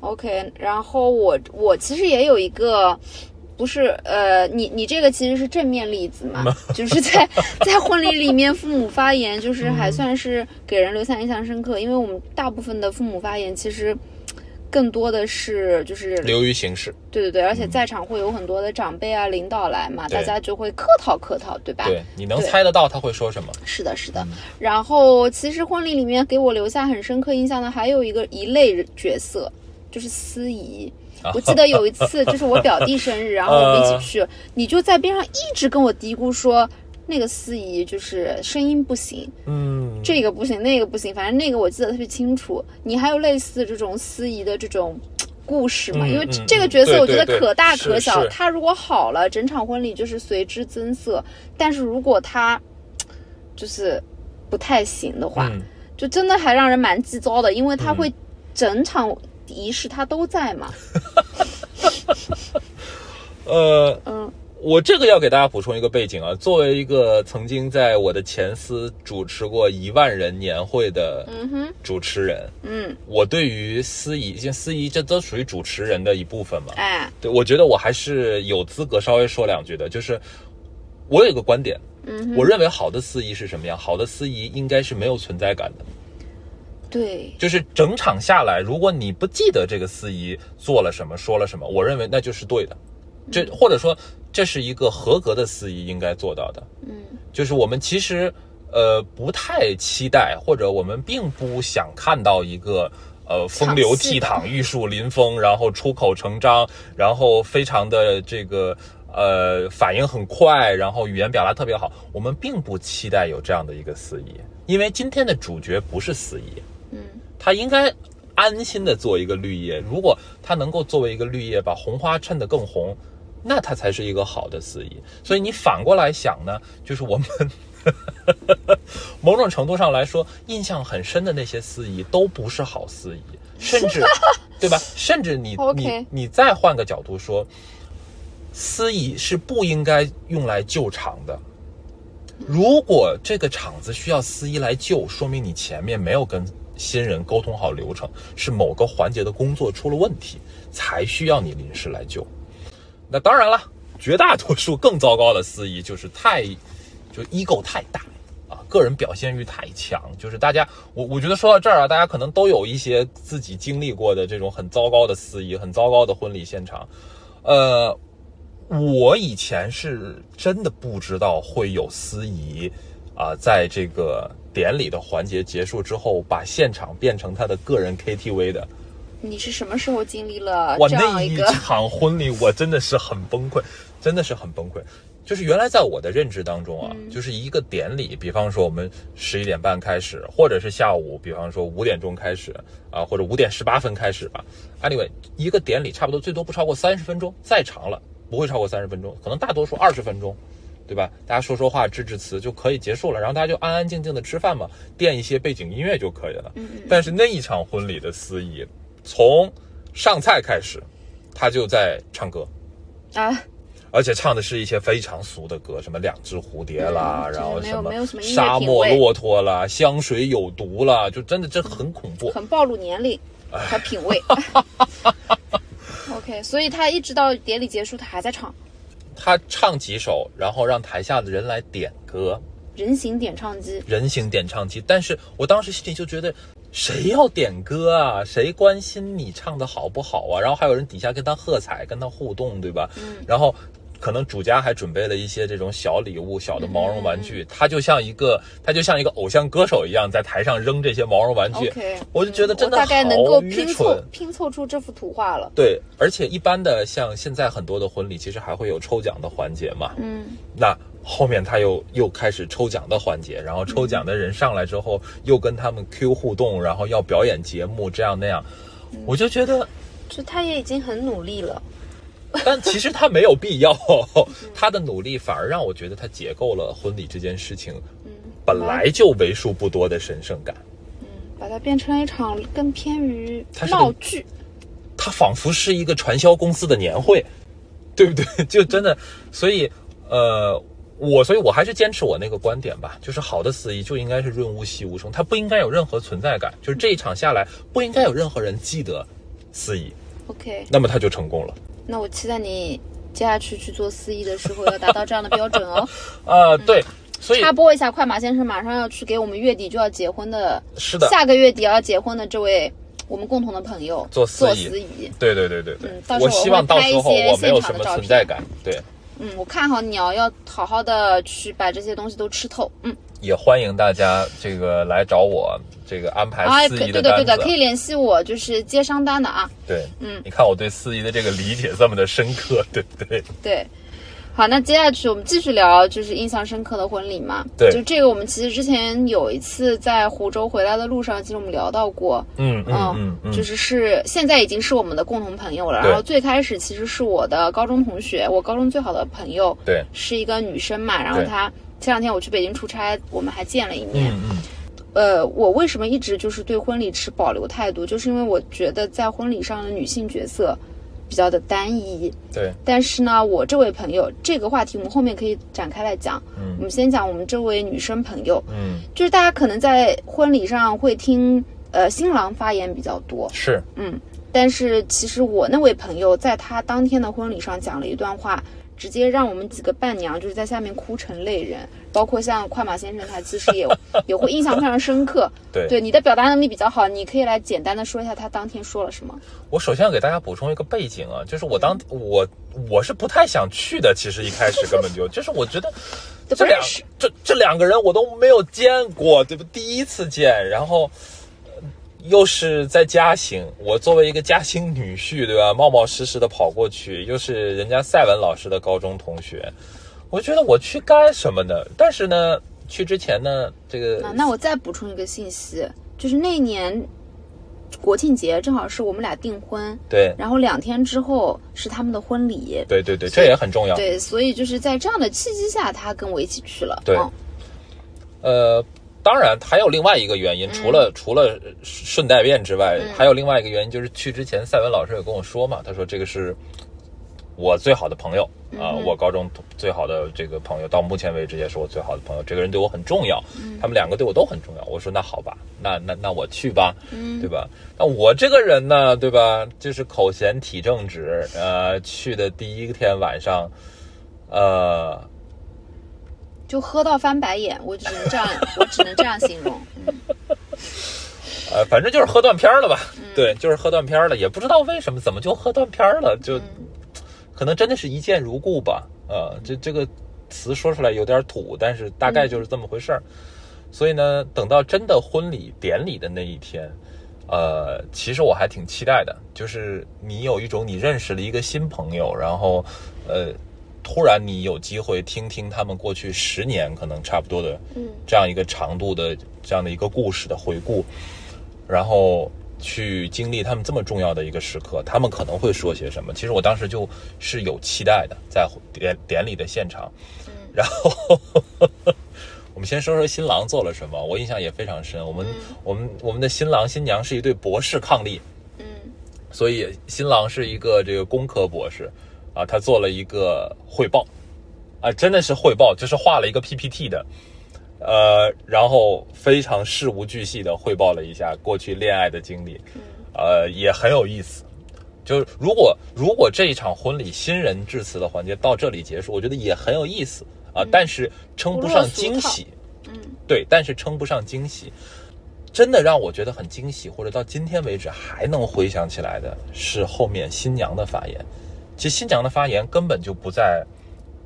[SPEAKER 2] OK，然后我我其实也有一个，不是呃，你你这个其实是正面例子嘛，就是在在婚礼里面，父母发言就是还算是给人留下印象深刻，因为我们大部分的父母发言其实更多的是就是
[SPEAKER 1] 流于形式，
[SPEAKER 2] 对对对，而且在场会有很多的长辈啊、领导来嘛，
[SPEAKER 1] 对
[SPEAKER 2] 大家就会客套客套，对吧？
[SPEAKER 1] 对，你能
[SPEAKER 2] 对
[SPEAKER 1] 猜得到他会说什么？
[SPEAKER 2] 是的，是的
[SPEAKER 1] 嗯。
[SPEAKER 2] 然后其实婚礼里面给我留下很深刻印象的还有一个一类角色，就是司仪。我记得有一次就是我表弟生日，然后我们一起去，你就在边上一直跟我嘀咕说那个司仪就是声音不行，
[SPEAKER 1] 嗯，
[SPEAKER 2] 这个不行，那个不行，反正那个我记得特别清楚。你还有类似这种司仪的这种故事吗？
[SPEAKER 1] 嗯
[SPEAKER 2] 因为
[SPEAKER 1] 嗯
[SPEAKER 2] 这
[SPEAKER 1] 嗯
[SPEAKER 2] 这个角
[SPEAKER 1] 对
[SPEAKER 2] 色我觉得
[SPEAKER 1] 对对
[SPEAKER 2] 可大
[SPEAKER 1] 是
[SPEAKER 2] 可小，
[SPEAKER 1] 是
[SPEAKER 2] 他如果好了，整场婚礼就是随之增色；但是如果他就是不太行的话，
[SPEAKER 1] 嗯
[SPEAKER 2] 就真的还让人蛮鸡糟的，因为他会整场仪式他都在嘛。
[SPEAKER 1] 呃，
[SPEAKER 2] 嗯
[SPEAKER 1] 我这个要给大家补充一个背景啊，作为一个曾经在我的前司主持过一万人年会的
[SPEAKER 2] 嗯哼
[SPEAKER 1] 主持人，
[SPEAKER 2] 嗯，
[SPEAKER 1] 我对于司仪，像司仪这都属于主持人的一部分嘛，
[SPEAKER 2] 哎
[SPEAKER 1] 对，我觉得我还是有资格稍微说两句的，就是我有一个观点，
[SPEAKER 2] 嗯哼，
[SPEAKER 1] 我认为好的司仪是什么样？好的司仪应该是没有存在感的，
[SPEAKER 2] 对，
[SPEAKER 1] 就是整场下来，如果你不记得这个司仪做了什么、说了什么，我认为那就是对的，这
[SPEAKER 2] 嗯
[SPEAKER 1] 或者说这是一个合格的司仪应该做到的。
[SPEAKER 2] 嗯
[SPEAKER 1] 就是我们其实呃不太期待，或者我们并不想看到一个呃风流倜傥、玉树临风，然后出口成章，然后非常的这个呃反应很快，然后语言表达特别好。我们并不期待有这样的一个司仪，因为今天的主角不是司仪，
[SPEAKER 2] 嗯
[SPEAKER 1] 他应该。安心的做一个绿叶，如果他能够作为一个绿叶把红花衬得更红，那他才是一个好的司仪。所以你反过来想呢， [LAUGHS] 就是我们某种程度上来说，印象很深的那些司仪都不是好司仪，甚至对吧？甚至你
[SPEAKER 2] OK
[SPEAKER 1] 你你再换个角度说，司仪是不应该用来救场的。如果这个场子需要司仪来救，说明你前面没有跟新人沟通好流程，是某个环节的工作出了问题，才需要你临时来救。那当然了，绝大多数更糟糕的司仪就是太，就 ego 太大啊，个人表现欲太强。就是大家，我我觉得说到这儿啊，大家可能都有一些自己经历过的这种很糟糕的司仪，很糟糕的婚礼现场。呃，我以前是真的不知道会有司仪啊、在这个典礼的环节结束之后，把现场变成他的个人 KTV 的。
[SPEAKER 2] 你是什么时候经历了
[SPEAKER 1] 我
[SPEAKER 2] 这
[SPEAKER 1] 那
[SPEAKER 2] 样
[SPEAKER 1] 一
[SPEAKER 2] 个？
[SPEAKER 1] 场婚礼，我真的是很崩溃，真的是很崩溃。就是原来在我的认知当中啊，
[SPEAKER 2] 嗯
[SPEAKER 1] 就是一个典礼，比方说我们十一点半开始，或者是下午，比方说五点钟开始啊，或者五点十八分开始吧。Anyway，一个典礼差不多最多不超过三十分钟，再长了不会超过三十分钟，可能大多数二十分钟。对吧？大家说说话、致致词就可以结束了，然后大家就安安静静的吃饭嘛，垫一些背景音乐就可以了。但是那一场婚礼的司仪，从上菜开始，他就在唱歌，
[SPEAKER 2] 啊，
[SPEAKER 1] 而且唱的是一些非常俗的歌，什么两只蝴蝶啦，
[SPEAKER 2] 嗯
[SPEAKER 1] 然后
[SPEAKER 2] 就是没有没有什么音乐
[SPEAKER 1] 沙
[SPEAKER 2] 品
[SPEAKER 1] 漠
[SPEAKER 2] 味
[SPEAKER 1] 骆驼啦，香水有毒啦，就真的这很恐怖。
[SPEAKER 2] 很暴露年龄和
[SPEAKER 1] [LAUGHS]
[SPEAKER 2] 品味。OK，所以他一直到典礼结束，他还在唱
[SPEAKER 1] 他唱几首，然后让台下的人来点歌，
[SPEAKER 2] 人形点唱机。
[SPEAKER 1] 人形点唱机。但是我当时心里就觉得，谁要点歌啊？谁关心你唱的好不好啊？然后还有人底下跟他喝彩，跟他互动，对吧？
[SPEAKER 2] 嗯
[SPEAKER 1] 然后可能主家还准备了一些这种小礼物、小的毛绒玩
[SPEAKER 2] 嗯
[SPEAKER 1] 具，他就像一个他就像一个偶像歌手一样，在台上扔这些毛绒玩具。
[SPEAKER 2] ，OK，
[SPEAKER 1] 我就觉得
[SPEAKER 2] 嗯
[SPEAKER 1] 真的
[SPEAKER 2] 我大概能够
[SPEAKER 1] 好愚
[SPEAKER 2] 拼凑
[SPEAKER 1] 蠢
[SPEAKER 2] 拼凑出这幅图画了。
[SPEAKER 1] 对，而且一般的像现在很多的婚礼，其实还会有抽奖的环节嘛。
[SPEAKER 2] 嗯，
[SPEAKER 1] 那后面他又又开始抽奖的环节，然后抽奖的人上来之后，又跟他们 Q 互动，然后要表演节目，这样那样，我就觉得，
[SPEAKER 2] 就他也已经很努力了。
[SPEAKER 1] 但其实他没有必要， [LAUGHS] 他的努力反而让我觉得他解构了婚礼这件事情
[SPEAKER 2] 嗯，
[SPEAKER 1] 本来就为数不多的神圣感，
[SPEAKER 2] 把它变成一场更偏于
[SPEAKER 1] 它是个
[SPEAKER 2] 闹剧。
[SPEAKER 1] 它仿佛是一个传销公司的年会，对不对？ [LAUGHS] 就真的，所以呃，我所以我还是坚持我那个观点吧，就是好的司仪就应该是润物细无声，它不应该有任何存在感，就是这一场下来不应该有任何人记得司仪，
[SPEAKER 2] OK，
[SPEAKER 1] 那么他就成功了。
[SPEAKER 2] 那我期待你接下去去做司仪的时候要达到这样的标准哦。
[SPEAKER 1] [LAUGHS] 呃，对，所以
[SPEAKER 2] 插播一下，快马先生马上要去给我们月底就要结婚的，
[SPEAKER 1] 是的，
[SPEAKER 2] 下个月底要结婚的这位我们共同的朋友
[SPEAKER 1] 做司
[SPEAKER 2] 司
[SPEAKER 1] 仪
[SPEAKER 2] 仪。
[SPEAKER 1] 对对对对对
[SPEAKER 2] 嗯，到时候
[SPEAKER 1] 我
[SPEAKER 2] 我
[SPEAKER 1] 希
[SPEAKER 2] 会
[SPEAKER 1] 望到
[SPEAKER 2] 拍一
[SPEAKER 1] 时候
[SPEAKER 2] 些
[SPEAKER 1] 我没有
[SPEAKER 2] 现场
[SPEAKER 1] 什
[SPEAKER 2] 的
[SPEAKER 1] 么
[SPEAKER 2] 照
[SPEAKER 1] 存在
[SPEAKER 2] 片
[SPEAKER 1] 感，对。
[SPEAKER 2] 嗯，我看好你哦，要好好的去把这些东西都吃透。嗯，
[SPEAKER 1] 也欢迎大家这个来找我，这个安排
[SPEAKER 2] 啊，可
[SPEAKER 1] 司仪
[SPEAKER 2] 对的
[SPEAKER 1] 单子。
[SPEAKER 2] 对的，可以联系我，就是接商单的啊。
[SPEAKER 1] 对，
[SPEAKER 2] 嗯
[SPEAKER 1] 你看我对司仪的这个理解这么的深刻， [LAUGHS] 对不对？
[SPEAKER 2] 对，好，那接下去我们继续聊，就是印象深刻的婚礼嘛。
[SPEAKER 1] 对
[SPEAKER 2] 就这个我们其实之前有一次在湖州回来的路上，其实我们聊到过，
[SPEAKER 1] 嗯嗯嗯嗯，
[SPEAKER 2] 哦就是是现在已经是我们的共同朋友了。
[SPEAKER 1] 对
[SPEAKER 2] 然后最开始其实是我的高中同学，我高中最好的朋友
[SPEAKER 1] 对，
[SPEAKER 2] 是一个女生嘛，然后
[SPEAKER 1] 对
[SPEAKER 2] 她。前两天我去北京出差，我们还见了一面。
[SPEAKER 1] 嗯嗯
[SPEAKER 2] 呃，我为什么一直就是对婚礼持保留态度，就是因为我觉得在婚礼上的女性角色比较的单一。
[SPEAKER 1] 对，
[SPEAKER 2] 但是呢，我这位朋友这个话题我们后面可以展开来讲。我
[SPEAKER 1] 嗯
[SPEAKER 2] 们先讲我们这位女生朋友，
[SPEAKER 1] 嗯
[SPEAKER 2] 就是大家可能在婚礼上会听呃新郎发言比较多，
[SPEAKER 1] 是，
[SPEAKER 2] 嗯，但是其实我那位朋友在他当天的婚礼上讲了一段话。直接让我们几个伴娘就是在下面哭成泪人，包括像快马先生，他其实也也会印象非常深刻。
[SPEAKER 1] 对
[SPEAKER 2] 对你的表达能力比较好，你可以来简单的说一下他当天说了什么。
[SPEAKER 1] 我首先要给大家补充一个背景啊，就是我当
[SPEAKER 2] 嗯
[SPEAKER 1] 我我是不太想去的，其实一开始根本就就是我觉得
[SPEAKER 2] 都不
[SPEAKER 1] 这两
[SPEAKER 2] 认识
[SPEAKER 1] 这这两个人我都没有见过，对不？第一次见，然后。呃又是在嘉兴，我作为一个嘉兴女婿，对吧？冒冒失失的跑过去，又是人家赛文老师的高中同学，我觉得我去干什么呢？但是呢，去之前呢，这个
[SPEAKER 2] 啊，那我再补充一个信息，就是那一年国庆节正好是我们俩订婚，
[SPEAKER 1] 对
[SPEAKER 2] 然后两天之后是他们的婚礼，
[SPEAKER 1] 对对对，这也很重要。
[SPEAKER 2] 对，所以就是在这样的契机下，他跟我一起去了。
[SPEAKER 1] 对
[SPEAKER 2] 嗯
[SPEAKER 1] 呃，当然还有另外一个原因，除了除了呃顺带便之外，还有另外一个原因就是去之前赛文老师有跟我说嘛，他说这个是我最好的朋友啊、我高中同最好的这个朋友，到目前为止也是我最好的朋友，这个人对我很重要，他们两个对我都很重要。我说那好吧，那那那我去吧，
[SPEAKER 2] 嗯
[SPEAKER 1] 对吧？那我这个人呢，对吧，就是口嫌体正直，呃，去的第一天晚上，呃。
[SPEAKER 2] 就喝到翻白眼，我只能这样，我只能这样形容。
[SPEAKER 1] 呃，反正就是喝断片儿了吧？对，就是喝断片儿了，也不知道为什么，怎么就喝断片儿了？就、可能真的是一见如故吧。呃，这这个词说出来有点土，但是大概就是这么回事儿。所以呢，等到真的婚礼典礼的那一天，呃，其实我还挺期待的，就是你有一种你认识了一个新朋友，然后呃，突然你有机会听听他们过去十年可能差不多的
[SPEAKER 2] 嗯
[SPEAKER 1] 这样一个长度的这样的一个故事的回顾，然后去经历他们这么重要的一个时刻，他们可能会说些什么？其实我当时就是有期待的，在典典礼的现场，然后我们先说说新郎做了什么，我印象也非常深。我们、我们我们的新郎新娘是一对博士伉俪，
[SPEAKER 2] 嗯
[SPEAKER 1] 所以新郎是一个这个工科博士，啊，他做了一个汇报，啊，真的是汇报，就是画了一个 PPT 的，呃，然后非常事无巨细的汇报了一下过去恋爱的经历，呃，也很有意思。就是如果如果这一场婚礼新人致辞的环节到这里结束，我觉得也很有意思啊，但是称不上惊喜，
[SPEAKER 2] 嗯
[SPEAKER 1] 对，但是称不上惊喜。真的让我觉得很惊喜，或者到今天为止还能回想起来的是后面新娘的发言。其实新娘的发言根本就不在，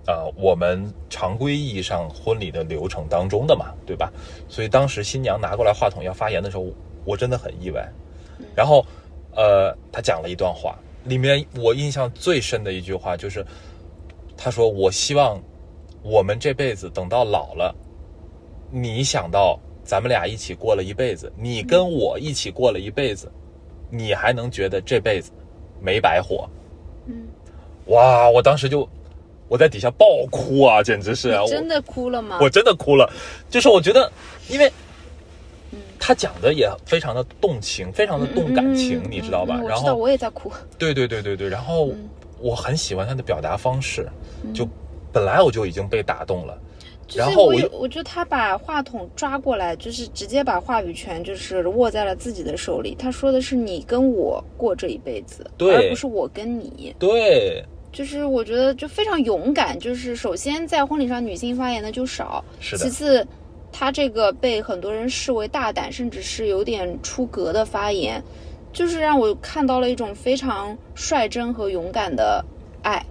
[SPEAKER 1] 呃，我们常规意义上婚礼的流程当中的嘛，对吧？所以当时新娘拿过来话筒要发言的时候，我我真的很意外。然后，呃，她讲了一段话，里面我印象最深的一句话就是，她说：“我希望我们这辈子等到老了，你想到咱们俩一起过了一辈子，你跟我一起过了一辈子，你还能觉得这辈子没白活？
[SPEAKER 2] 嗯，
[SPEAKER 1] 哇！我当时就我在底下爆哭啊，简直是啊
[SPEAKER 2] 你
[SPEAKER 1] 我
[SPEAKER 2] 真的哭了吗？
[SPEAKER 1] 我真的哭了，就是我觉得，因为他讲的也非常的动情，非常的动感情，
[SPEAKER 2] 嗯
[SPEAKER 1] 你知道吧？
[SPEAKER 2] 嗯嗯我
[SPEAKER 1] 然
[SPEAKER 2] 知道，嗯
[SPEAKER 1] 后
[SPEAKER 2] 我也在哭。
[SPEAKER 1] 对对对对对，然后我很喜欢他的表达方式，
[SPEAKER 2] 嗯
[SPEAKER 1] 就本来我就已经被打动了，
[SPEAKER 2] 就
[SPEAKER 1] 然
[SPEAKER 2] 是
[SPEAKER 1] 后
[SPEAKER 2] 我
[SPEAKER 1] 我
[SPEAKER 2] 有，
[SPEAKER 1] 又
[SPEAKER 2] 我觉得他把话筒抓过来，就是直接把话语权就是握在了自己的手里。他说的是你跟我过这一辈子，
[SPEAKER 1] 对
[SPEAKER 2] 而不是我跟你。
[SPEAKER 1] 对，
[SPEAKER 2] 就是我觉得就非常勇敢。就是首先在婚礼上女性发言的就少，
[SPEAKER 1] 是的
[SPEAKER 2] 其次。他这个被很多人视为大胆，甚至是有点出格的发言，就是让我看到了一种非常率真和勇敢的爱。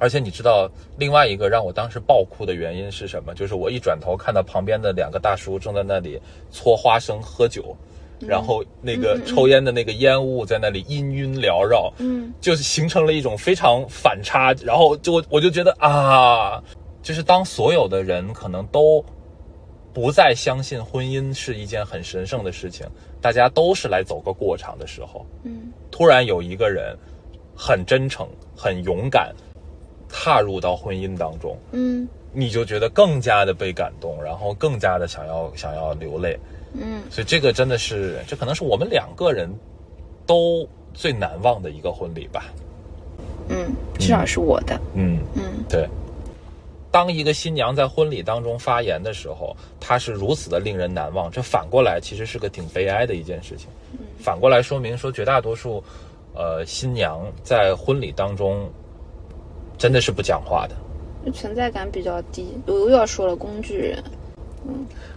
[SPEAKER 1] 而且你知道另外一个让我当时爆哭的原因是什么？就是我一转头看到旁边的两个大叔正在那里搓花生喝酒，然后那个抽烟的那个烟雾在那里氤氲缭绕，
[SPEAKER 2] 嗯，
[SPEAKER 1] 就是形成了一种非常反差。然后就我就觉得啊，就是当所有的人可能都不再相信婚姻是一件很神圣的事情，大家都是来走个过场的时候，
[SPEAKER 2] 嗯，
[SPEAKER 1] 突然有一个人很真诚、很勇敢，踏入到婚姻当中，
[SPEAKER 2] 嗯
[SPEAKER 1] 你就觉得更加的被感动，然后更加的想要想要流泪。
[SPEAKER 2] 嗯
[SPEAKER 1] 所以这个真的是，这可能是我们两个人都最难忘的一个婚礼吧。
[SPEAKER 2] 嗯，至少是我的，
[SPEAKER 1] 嗯，
[SPEAKER 2] 嗯
[SPEAKER 1] 对。当一个新娘在婚礼当中发言的时候，她是如此的令人难忘，这反过来其实是个挺悲哀的一件事情。
[SPEAKER 2] 嗯
[SPEAKER 1] 反过来说明说，绝大多数，呃，新娘在婚礼当中真的是不讲话的。
[SPEAKER 2] 存在感比较低。我又要说了，工具人，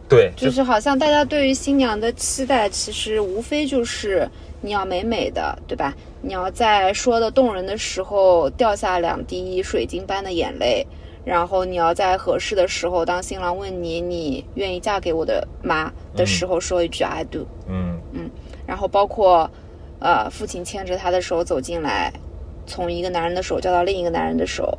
[SPEAKER 1] 对，
[SPEAKER 2] 就
[SPEAKER 1] 就是
[SPEAKER 2] 好像大家对于新娘的期待，其实无非就是你要美美的，对吧？你要在说的动人的时候掉下两滴水晶般的眼泪，然后你要在合适的时候，当新郎问你你愿意嫁给我的吗的时候，说一句 I do。
[SPEAKER 1] 嗯
[SPEAKER 2] 然后包括，呃，父亲牵着她的手走进来，从一个男人的手交到另一个男人的手，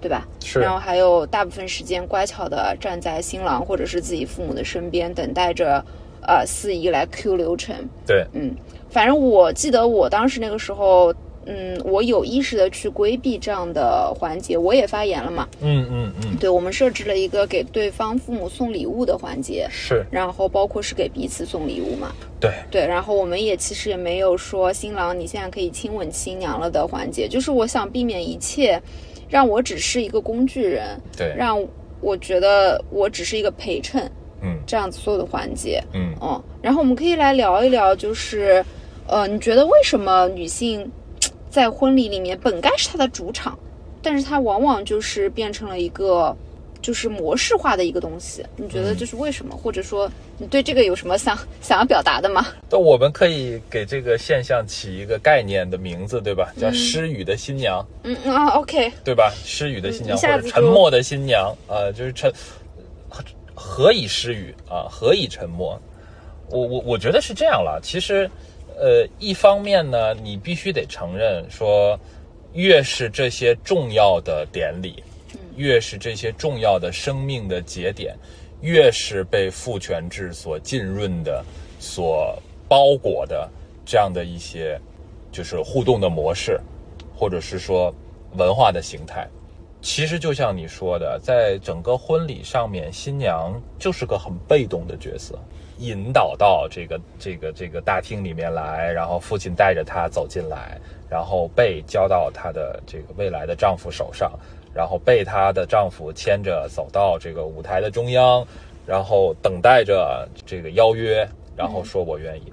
[SPEAKER 2] 对吧？
[SPEAKER 1] 是
[SPEAKER 2] 然后还有大部分时间乖巧的站在新郎或者是自己父母的身边，等待着，呃，司仪来 Q 流程。
[SPEAKER 1] 对，
[SPEAKER 2] 嗯，反正我记得我当时那个时候，嗯，我有意识的去规避这样的环节，我也发言了嘛。
[SPEAKER 1] 嗯嗯嗯，
[SPEAKER 2] 对，我们设置了一个给对方父母送礼物的环节，
[SPEAKER 1] 是
[SPEAKER 2] 然后包括是给彼此送礼物嘛。
[SPEAKER 1] 对，
[SPEAKER 2] 对，然后我们也其实也没有说新郎你现在可以亲吻新娘了的环节，就是我想避免一切，让我只是一个工具人，
[SPEAKER 1] 对
[SPEAKER 2] 让我觉得我只是一个陪衬，
[SPEAKER 1] 嗯
[SPEAKER 2] 这样子所有的环节，
[SPEAKER 1] 嗯
[SPEAKER 2] 嗯，然后我们可以来聊一聊，就是，呃，你觉得为什么女性在婚礼里面本该是她的主场，但是她往往就是变成了一个就是模式化的一个东西？你觉得这是为什么？或者说你对这个有什么想 [LAUGHS] 想要表达的吗？
[SPEAKER 1] 那我们可以给这个现象起一个概念的名字，对吧？叫失语的新娘，
[SPEAKER 2] 嗯嗯啊，OK，
[SPEAKER 1] 对吧？失语的新娘，
[SPEAKER 2] 嗯一
[SPEAKER 1] 或
[SPEAKER 2] 下
[SPEAKER 1] 者
[SPEAKER 2] 子就
[SPEAKER 1] 沉默的新娘，啊，就是沉，何以失语啊？何以沉默？我我我觉得是这样了。其实，呃，一方面呢，你必须得承认说，越是这些重要的典礼，越是这些重要的生命的节点，越是被父权制所浸润的、所包裹的这样的一些就是互动的模式，或者是说文化的形态。其实就像你说的，在整个婚礼上面，新娘就是个很被动的角色，引导到这个这个这个大厅里面来，然后父亲带着她走进来，然后被交到她的这个未来的丈夫手上，然后被她的丈夫牵着走到这个舞台的中央，然后等待着这个邀约，然后说我愿意。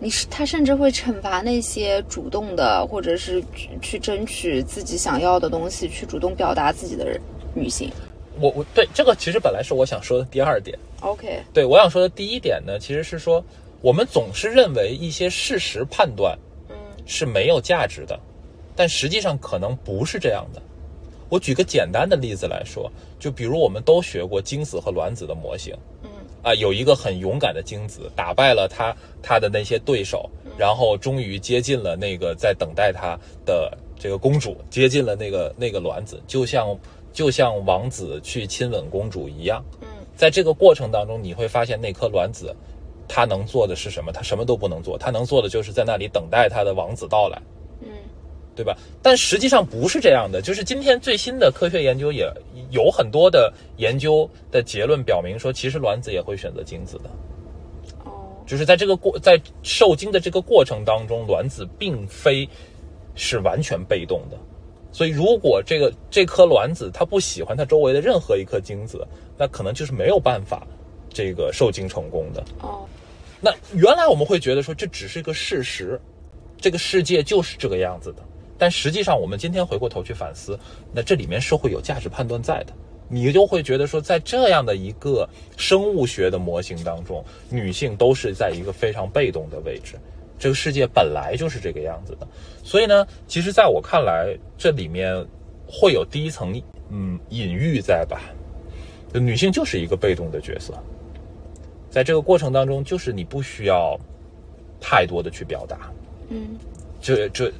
[SPEAKER 2] 你是他甚至会惩罚那些主动的，或者是去去争取自己想要的东西，去主动表达自己的人女性。
[SPEAKER 1] 我我对这个其实本来是我想说的第二点。
[SPEAKER 2] OK，
[SPEAKER 1] 对我想说的第一点呢，其实是说，我们总是认为一些事实判断
[SPEAKER 2] 嗯
[SPEAKER 1] 是没有价值的，但实际上可能不是这样的。我举个简单的例子来说，就比如我们都学过精子和卵子的模型，
[SPEAKER 2] 嗯
[SPEAKER 1] 啊，有一个很勇敢的精子打败了他他的那些对手，然后终于接近了那个在等待他的这个公主，接近了那个那个卵子，就像就像王子去亲吻公主一样。
[SPEAKER 2] 嗯
[SPEAKER 1] 在这个过程当中，你会发现那颗卵子，它能做的是什么？它什么都不能做，它能做的就是在那里等待它的王子到来，
[SPEAKER 2] 嗯
[SPEAKER 1] 对吧？但实际上不是这样的，就是今天最新的科学研究也有很多的研究的结论表明说，其实卵子也会选择精子的，
[SPEAKER 2] 哦
[SPEAKER 1] 就是在这个过在受精的这个过程当中，卵子并非是完全被动的。所以，如果这个这颗卵子它不喜欢它周围的任何一颗精子，那可能就是没有办法这个受精成功的。
[SPEAKER 2] 哦，
[SPEAKER 1] 那原来我们会觉得说这只是一个事实，这个世界就是这个样子的。但实际上，我们今天回过头去反思，那这里面是会有价值判断在的。你就会觉得说，在这样的一个生物学的模型当中，女性都是在一个非常被动的位置。这个世界本来就是这个样子的。所以呢，其实在我看来，这里面会有第一层嗯隐喻在吧？就女性就是一个被动的角色，在这个过程当中，就是你不需要太多的去表达，
[SPEAKER 2] 嗯
[SPEAKER 1] 这这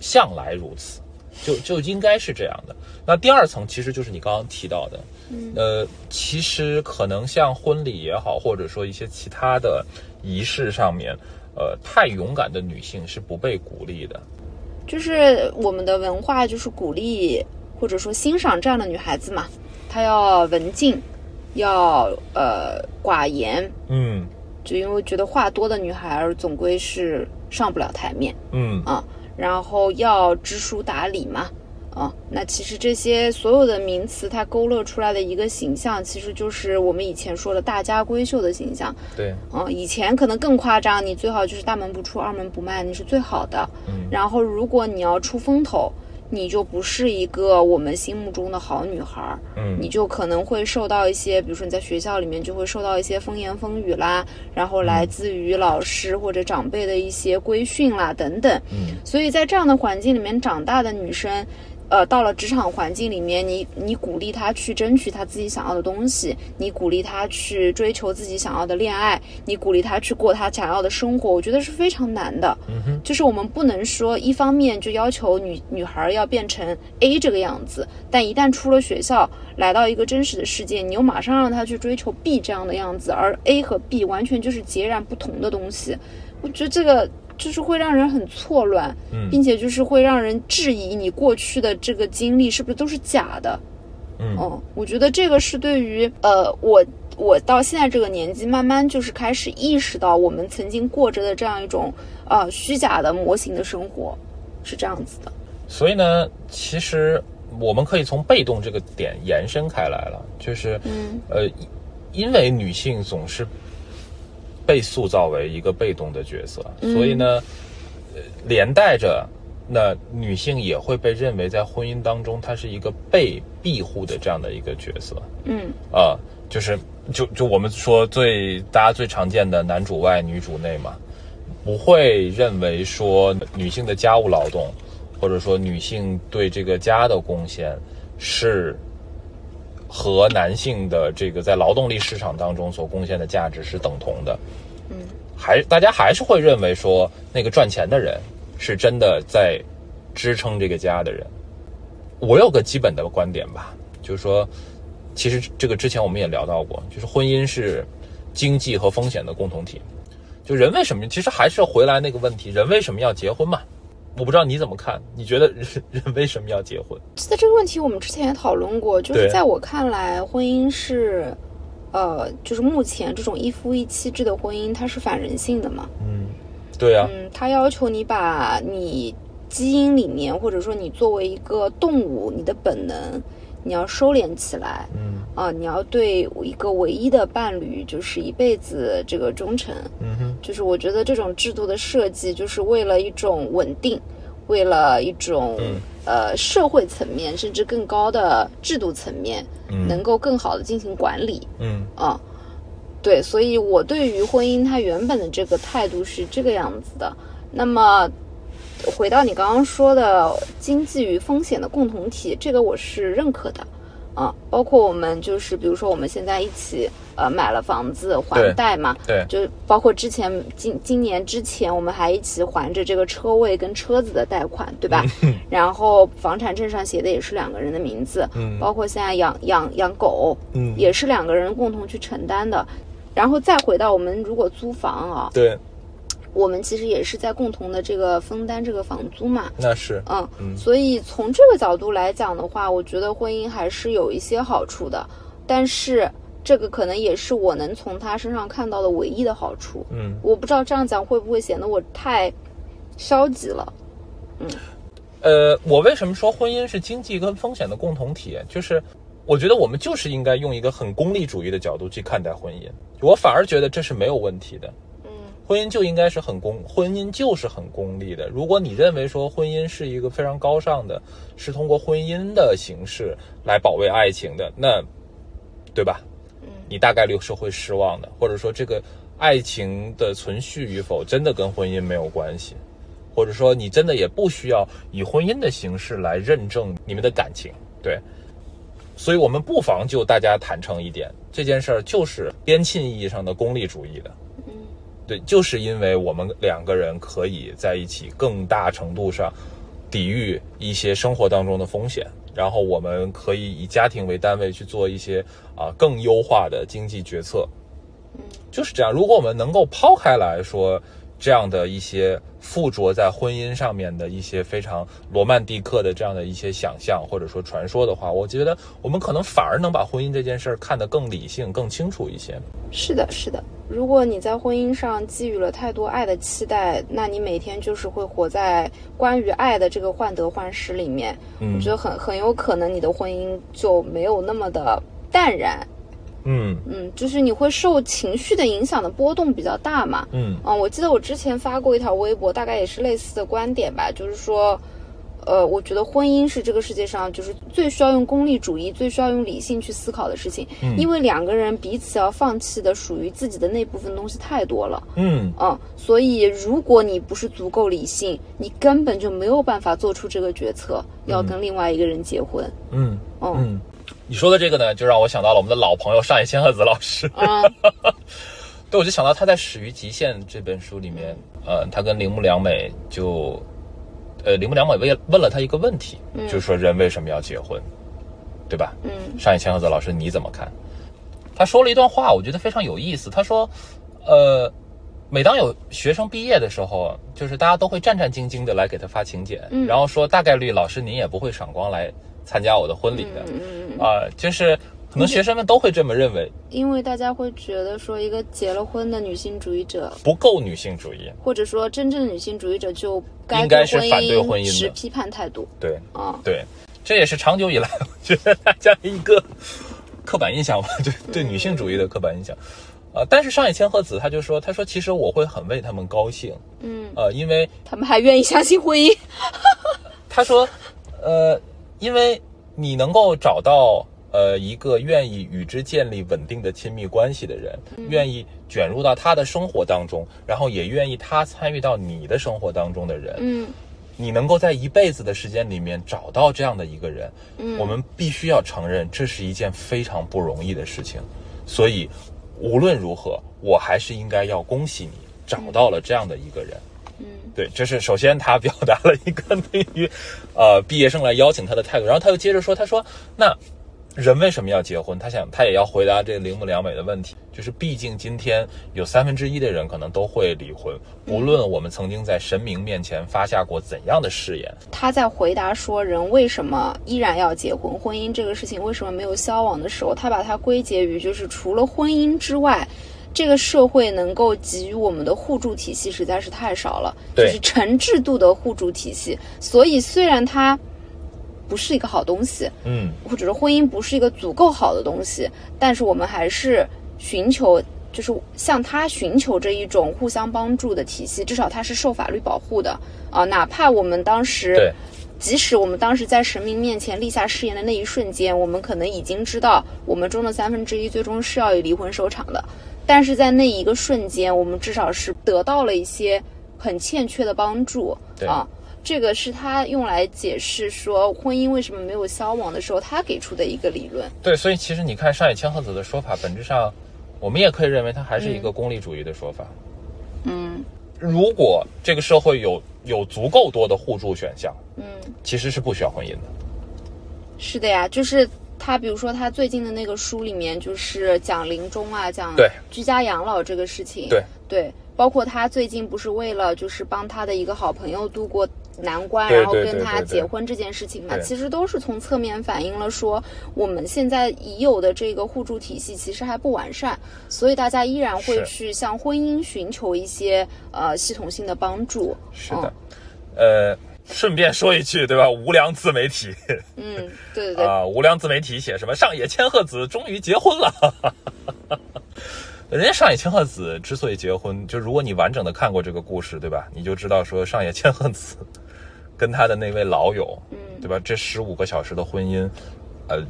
[SPEAKER 1] 向来如此，就就应该是这样的。那第二层其实就是你刚刚提到的，
[SPEAKER 2] 嗯
[SPEAKER 1] 呃，其实可能像婚礼也好，或者说一些其他的仪式上面，呃，太勇敢的女性是不被鼓励的。
[SPEAKER 2] 就是我们的文化就是鼓励或者说欣赏这样的女孩子嘛，她要文静，要呃寡言，
[SPEAKER 1] 嗯
[SPEAKER 2] 就因为觉得话多的女孩儿总归是上不了台面。
[SPEAKER 1] 嗯
[SPEAKER 2] 啊，然后要知书达理嘛，啊，那其实这些所有的名词，它勾勒出来的一个形象，其实就是我们以前说的大家闺秀的形象。
[SPEAKER 1] 对，
[SPEAKER 2] 嗯，以前可能更夸张，你最好就是大门不出二门不迈，你是最好的。
[SPEAKER 1] 嗯
[SPEAKER 2] 然后如果你要出风头，你就不是一个我们心目中的好女孩儿。你
[SPEAKER 1] 嗯
[SPEAKER 2] 就可能会受到一些，比如说你在学校里面就会受到一些风言风语啦，然后
[SPEAKER 1] 嗯
[SPEAKER 2] 来自于老师或者长辈的一些规训啦等等。
[SPEAKER 1] 嗯
[SPEAKER 2] 所以在这样的环境里面长大的女生，呃，到了职场环境里面，你你鼓励她去争取她自己想要的东西，你鼓励她去追求自己想要的恋爱，你鼓励她去过她想要的生活，我觉得是非常难的。
[SPEAKER 1] 嗯哼，
[SPEAKER 2] 就是我们不能说一方面就要求女女孩儿要变成 A 这个样子，但一旦出了学校，来到一个真实的世界，你又马上让她去追求 B 这样的样子，而 A 和 B 完全就是截然不同的东西。我觉得这个就是会让人很错乱，
[SPEAKER 1] 嗯
[SPEAKER 2] 并且就是会让人质疑你过去的这个经历是不是都是假的。
[SPEAKER 1] 嗯
[SPEAKER 2] 嗯，我觉得这个是对于呃，我我到现在这个年纪，慢慢就是开始意识到我们曾经过着的这样一种呃虚假的模型的生活是这样子的。
[SPEAKER 1] 所以呢，其实我们可以从被动这个点延伸开来了，就是
[SPEAKER 2] 嗯
[SPEAKER 1] 呃，因为女性总是被塑造为一个被动的角色，
[SPEAKER 2] 嗯
[SPEAKER 1] 所以呢，呃连带着那女性也会被认为在婚姻当中她是一个被庇护的这样的一个角色
[SPEAKER 2] 嗯
[SPEAKER 1] 啊、就是就就我们说最大家最常见的男主外女主内嘛，不会认为说女性的家务劳动，或者说女性对这个家的贡献是和男性的这个在劳动力市场当中所贡献的价值是等同的。
[SPEAKER 2] 嗯，
[SPEAKER 1] 还大家还是会认为说那个赚钱的人是真的在支撑这个家的人。我有个基本的观点吧，就是说，其实这个之前我们也聊到过，就是婚姻是经济和风险的共同体。就人为什么，其实还是回来那个问题，人为什么要结婚嘛？我不知道你怎么看，你觉得人人为什么要结婚？
[SPEAKER 2] 记得这个问题我们之前也讨论过，就是
[SPEAKER 1] 对
[SPEAKER 2] 在我看来，婚姻是呃，就是目前这种一夫一妻制的婚姻，它是反人性的嘛。
[SPEAKER 1] 嗯，对啊，
[SPEAKER 2] 嗯，它要求你把你基因里面，或者说你作为一个动物，你的本能，你要收敛起来。
[SPEAKER 1] 嗯
[SPEAKER 2] 啊，你要对一个唯一的伴侣就是一辈子这个忠诚，
[SPEAKER 1] 嗯哼，
[SPEAKER 2] 就是我觉得这种制度的设计，就是为了一种稳定，为了一种、
[SPEAKER 1] 嗯
[SPEAKER 2] 呃社会层面甚至更高的制度层面，
[SPEAKER 1] 嗯
[SPEAKER 2] 能够更好的进行管理
[SPEAKER 1] 嗯
[SPEAKER 2] 啊。对，所以我对于婚姻它原本的这个态度是这个样子的。那么回到你刚刚说的经济与风险的共同体，这个我是认可的啊。包括我们就是，比如说我们现在一起呃买了房子还
[SPEAKER 1] 对
[SPEAKER 2] 贷嘛，
[SPEAKER 1] 对
[SPEAKER 2] 就包括之前今今年之前，我们还一起还着这个车位跟车子的贷款，对吧？
[SPEAKER 1] 嗯 [LAUGHS]
[SPEAKER 2] 然后房产证上写的也是两个人的名字，
[SPEAKER 1] 嗯
[SPEAKER 2] 包括现在养养养狗，
[SPEAKER 1] 嗯，
[SPEAKER 2] 哦也是两个人共同去承担的。然后再回到我们如果租房啊，
[SPEAKER 1] 对，
[SPEAKER 2] 我们其实也是在共同的这个分担这个房租嘛，
[SPEAKER 1] 那是
[SPEAKER 2] 嗯，
[SPEAKER 1] 嗯
[SPEAKER 2] 所以从这个角度来讲的话，我觉得婚姻还是有一些好处的，但是这个可能也是我能从他身上看到的唯一的好处。
[SPEAKER 1] 嗯。
[SPEAKER 2] 我不知道这样讲会不会显得我太消极了。
[SPEAKER 1] 呃，我为什么说婚姻是经济跟风险的共同体？就是我觉得我们就是应该用一个很功利主义的角度去看待婚姻，我反而觉得这是没有问题的。
[SPEAKER 2] 嗯
[SPEAKER 1] 婚姻就应该是很功，婚姻就是很功利的。如果你认为说婚姻是一个非常高尚的，是通过婚姻的形式来保卫爱情的，那对吧？
[SPEAKER 2] 嗯
[SPEAKER 1] 你大概率是会失望的，或者说这个爱情的存续与否真的跟婚姻没有关系。或者说你真的也不需要以婚姻的形式来认证你们的感情，对。所以我们不妨就大家坦诚一点，这件事儿就是边沁意义上的功利主义的，对，就是因为我们两个人可以在一起，更大程度上抵御一些生活当中的风险，然后我们可以以家庭为单位去做一些啊、更优化的经济决策，
[SPEAKER 2] 嗯
[SPEAKER 1] 就是这样。如果我们能够抛开来说这样的一些附着在婚姻上面的一些非常罗曼蒂克的这样的一些想象或者说传说的话，我觉得我们可能反而能把婚姻这件事儿看得更理性、更清楚一些。
[SPEAKER 2] 是的，是的。如果你在婚姻上寄予了太多爱的期待，那你每天就是会活在关于爱的这个患得患失里面。
[SPEAKER 1] 嗯
[SPEAKER 2] 我觉得很很有可能你的婚姻就没有那么的淡然。
[SPEAKER 1] 嗯
[SPEAKER 2] 嗯，就是你会受情绪的影响的波动比较大嘛。
[SPEAKER 1] 嗯
[SPEAKER 2] 嗯，我记得我之前发过一条微博，大概也是类似的观点吧，就是说，呃，我觉得婚姻是这个世界上就是最需要用功利主义、最需要用理性去思考的事情，
[SPEAKER 1] 嗯
[SPEAKER 2] 因为两个人彼此要放弃的属于自己的那部分东西太多了，
[SPEAKER 1] 嗯
[SPEAKER 2] 嗯，所以如果你不是足够理性，你根本就没有办法做出这个决策，要跟另外一个人结婚，
[SPEAKER 1] 嗯
[SPEAKER 2] 嗯
[SPEAKER 1] 嗯，你说的这个呢，就让我想到了我们的老朋友上野千鹤子老师。
[SPEAKER 2] 啊，
[SPEAKER 1] 对，我就想到他在《始于极限》这本书里面，呃，他跟铃木良美就，呃，铃木良美问问了他一个问题，
[SPEAKER 2] 嗯
[SPEAKER 1] 就是说人为什么要结婚，对吧？
[SPEAKER 2] 嗯
[SPEAKER 1] 上野千鹤子老师你怎么看？他说了一段话，我觉得非常有意思。他说，呃，每当有学生毕业的时候，就是大家都会战战兢兢的来给他发请柬，
[SPEAKER 2] 嗯
[SPEAKER 1] 然后说大概率老师您也不会赏光来参加我的婚礼
[SPEAKER 2] 嗯
[SPEAKER 1] 的，
[SPEAKER 2] 嗯嗯嗯，
[SPEAKER 1] 啊、就是可能学生们都会这么认为，
[SPEAKER 2] 因为大家会觉得说一个结了婚的女性主义者
[SPEAKER 1] 不够女性主义。
[SPEAKER 2] 或者说真正的女性主义者就该
[SPEAKER 1] 应该
[SPEAKER 2] 对
[SPEAKER 1] 是
[SPEAKER 2] 婚
[SPEAKER 1] 反对婚姻的
[SPEAKER 2] 持批判态度
[SPEAKER 1] 对
[SPEAKER 2] 啊。
[SPEAKER 1] 对，这也是长久以来 [LAUGHS] 我觉得大家一个刻板印象吧，对对女性主义的刻板印象。啊、但是上野千鹤子他就说，他说其实我会很为他们高兴，
[SPEAKER 2] 嗯，
[SPEAKER 1] 呃，因为
[SPEAKER 2] 他们还愿意相信婚姻。
[SPEAKER 1] 他说，呃，因为你能够找到呃一个愿意与之建立稳定的亲密关系的人，愿意卷入到他的生活当中，然后也愿意他参与到你的生活当中的人，
[SPEAKER 2] 嗯
[SPEAKER 1] 你能够在一辈子的时间里面找到这样的一个人，
[SPEAKER 2] 嗯
[SPEAKER 1] 我们必须要承认这是一件非常不容易的事情，所以无论如何，我还是应该要恭喜你找到了这样的一个人。
[SPEAKER 2] 嗯
[SPEAKER 1] 对，这是首先他表达了一个对于呃毕业生来邀请他的态度，然后他又接着说，他说那人为什么要结婚？他想他也要回答这铃木良美的问题，就是毕竟今天有三分之一的人可能都会离婚，无论我们曾经在神明面前发下过怎样的誓言，
[SPEAKER 2] 他在回答说人为什么依然要结婚，婚姻这个事情为什么没有消亡的时候，他把它归结于就是除了婚姻之外。这个社会能够给予我们的互助体系实在是太少了，就
[SPEAKER 1] 对
[SPEAKER 2] 是成制度的互助体系。所以虽然它不是一个好东西，
[SPEAKER 1] 嗯
[SPEAKER 2] 或者是婚姻不是一个足够好的东西，但是我们还是寻求，就是向他寻求这一种互相帮助的体系，至少它是受法律保护的啊。哪怕我们当时
[SPEAKER 1] 对，
[SPEAKER 2] 即使我们当时在神明面前立下誓言的那一瞬间，我们可能已经知道我们中的三分之一最终是要以离婚收场的，但是在那一个瞬间，我们至少是得到了一些很欠缺的帮助
[SPEAKER 1] 对
[SPEAKER 2] 啊。这个是他用来解释说婚姻为什么没有消亡的时候，他给出的一个理论。
[SPEAKER 1] 对，所以其实你看上野千鹤子的说法，本质上我们也可以认为它还是一个功利主义的说法。
[SPEAKER 2] 嗯
[SPEAKER 1] 如果这个社会有有足够多的互助选项，
[SPEAKER 2] 嗯，
[SPEAKER 1] 其实是不需要婚姻的。
[SPEAKER 2] 是的呀，就是他，比如说他最近的那个书里面，就是讲临终啊，讲
[SPEAKER 1] 对
[SPEAKER 2] 居家养老这个事情。
[SPEAKER 1] 对
[SPEAKER 2] 对，包括他最近不是为了就是帮他的一个好朋友度过难关，
[SPEAKER 1] 对
[SPEAKER 2] 然后
[SPEAKER 1] 对
[SPEAKER 2] 跟
[SPEAKER 1] 对
[SPEAKER 2] 他
[SPEAKER 1] 对
[SPEAKER 2] 结
[SPEAKER 1] 对
[SPEAKER 2] 婚这件事情嘛，
[SPEAKER 1] 对
[SPEAKER 2] 其实都是从侧面反映了说我们现在已有的这个互助体系其实还不完善，所以大家依然会
[SPEAKER 1] 是
[SPEAKER 2] 去向婚姻寻求一些呃系统性的帮助。
[SPEAKER 1] 是的，呃，顺便说一句，对吧？无良自媒体
[SPEAKER 2] 嗯，对对对，
[SPEAKER 1] 啊、无良自媒体写什么？上野千鹤子终于结婚了。 [LAUGHS] 哈哈哈哈人家上野千鹤子之所以结婚，就如果你完整的看过这个故事，对吧？你就知道说上野千鹤子跟她的那位老友，
[SPEAKER 2] 嗯
[SPEAKER 1] 对吧？这十五个小时的婚姻，呃，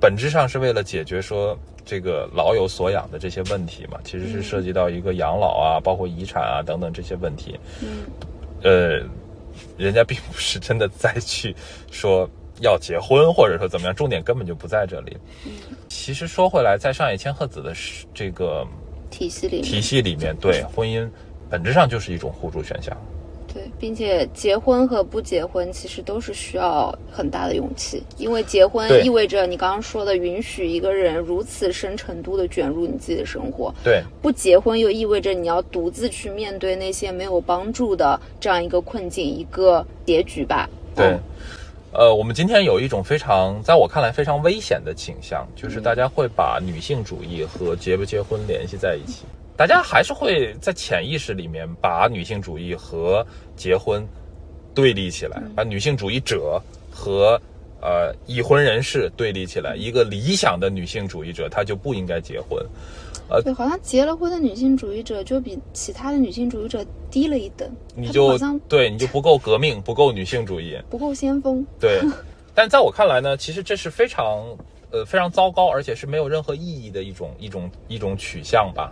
[SPEAKER 1] 本质上是为了解决说这个老有所养的这
[SPEAKER 2] 嗯
[SPEAKER 1] 些问题嘛，其实是涉及到一个养老啊，包括遗产啊等等这些问题。
[SPEAKER 2] 嗯
[SPEAKER 1] 呃，人家并不是真的再去说要结婚，或者说怎么样，重点根本就不在这里。其实说回来，在上野千鹤子的是这个
[SPEAKER 2] 体系里
[SPEAKER 1] 体
[SPEAKER 2] 面，
[SPEAKER 1] 系里面，对婚姻本质上就是一种互助选项。
[SPEAKER 2] 对，并且结婚和不结婚其实都是需要很大的勇气，因为结婚
[SPEAKER 1] 对
[SPEAKER 2] 意味着你刚刚说的允许一个人如此深程度的卷入你自己的生活，
[SPEAKER 1] 对，
[SPEAKER 2] 不结婚又意味着你要独自去面对那些没有帮助的这样一个困境、一个结局吧。
[SPEAKER 1] 对
[SPEAKER 2] 嗯，
[SPEAKER 1] 哦呃，我们今天有一种非常，在我看来非常危险的倾向，就是大家会把女性主义和结不结婚联系在一起。大家还是会在潜意识里面把女性主义和结婚对立起来，
[SPEAKER 2] 嗯
[SPEAKER 1] 把女性主义者和呃已婚人士对立起来。一个理想的女性主义者，她就不应该结婚。
[SPEAKER 2] 对，好像结了婚的女性主义者就比其他的女性主义者低了一等，
[SPEAKER 1] 你
[SPEAKER 2] 他们
[SPEAKER 1] 就
[SPEAKER 2] 好像
[SPEAKER 1] 对，你就不够革命，不够女性主义。
[SPEAKER 2] 不够先锋。
[SPEAKER 1] 对，但在我看来呢，其实这是非常呃非常糟糕，而且是没有任何意义的一种一种一种取向吧。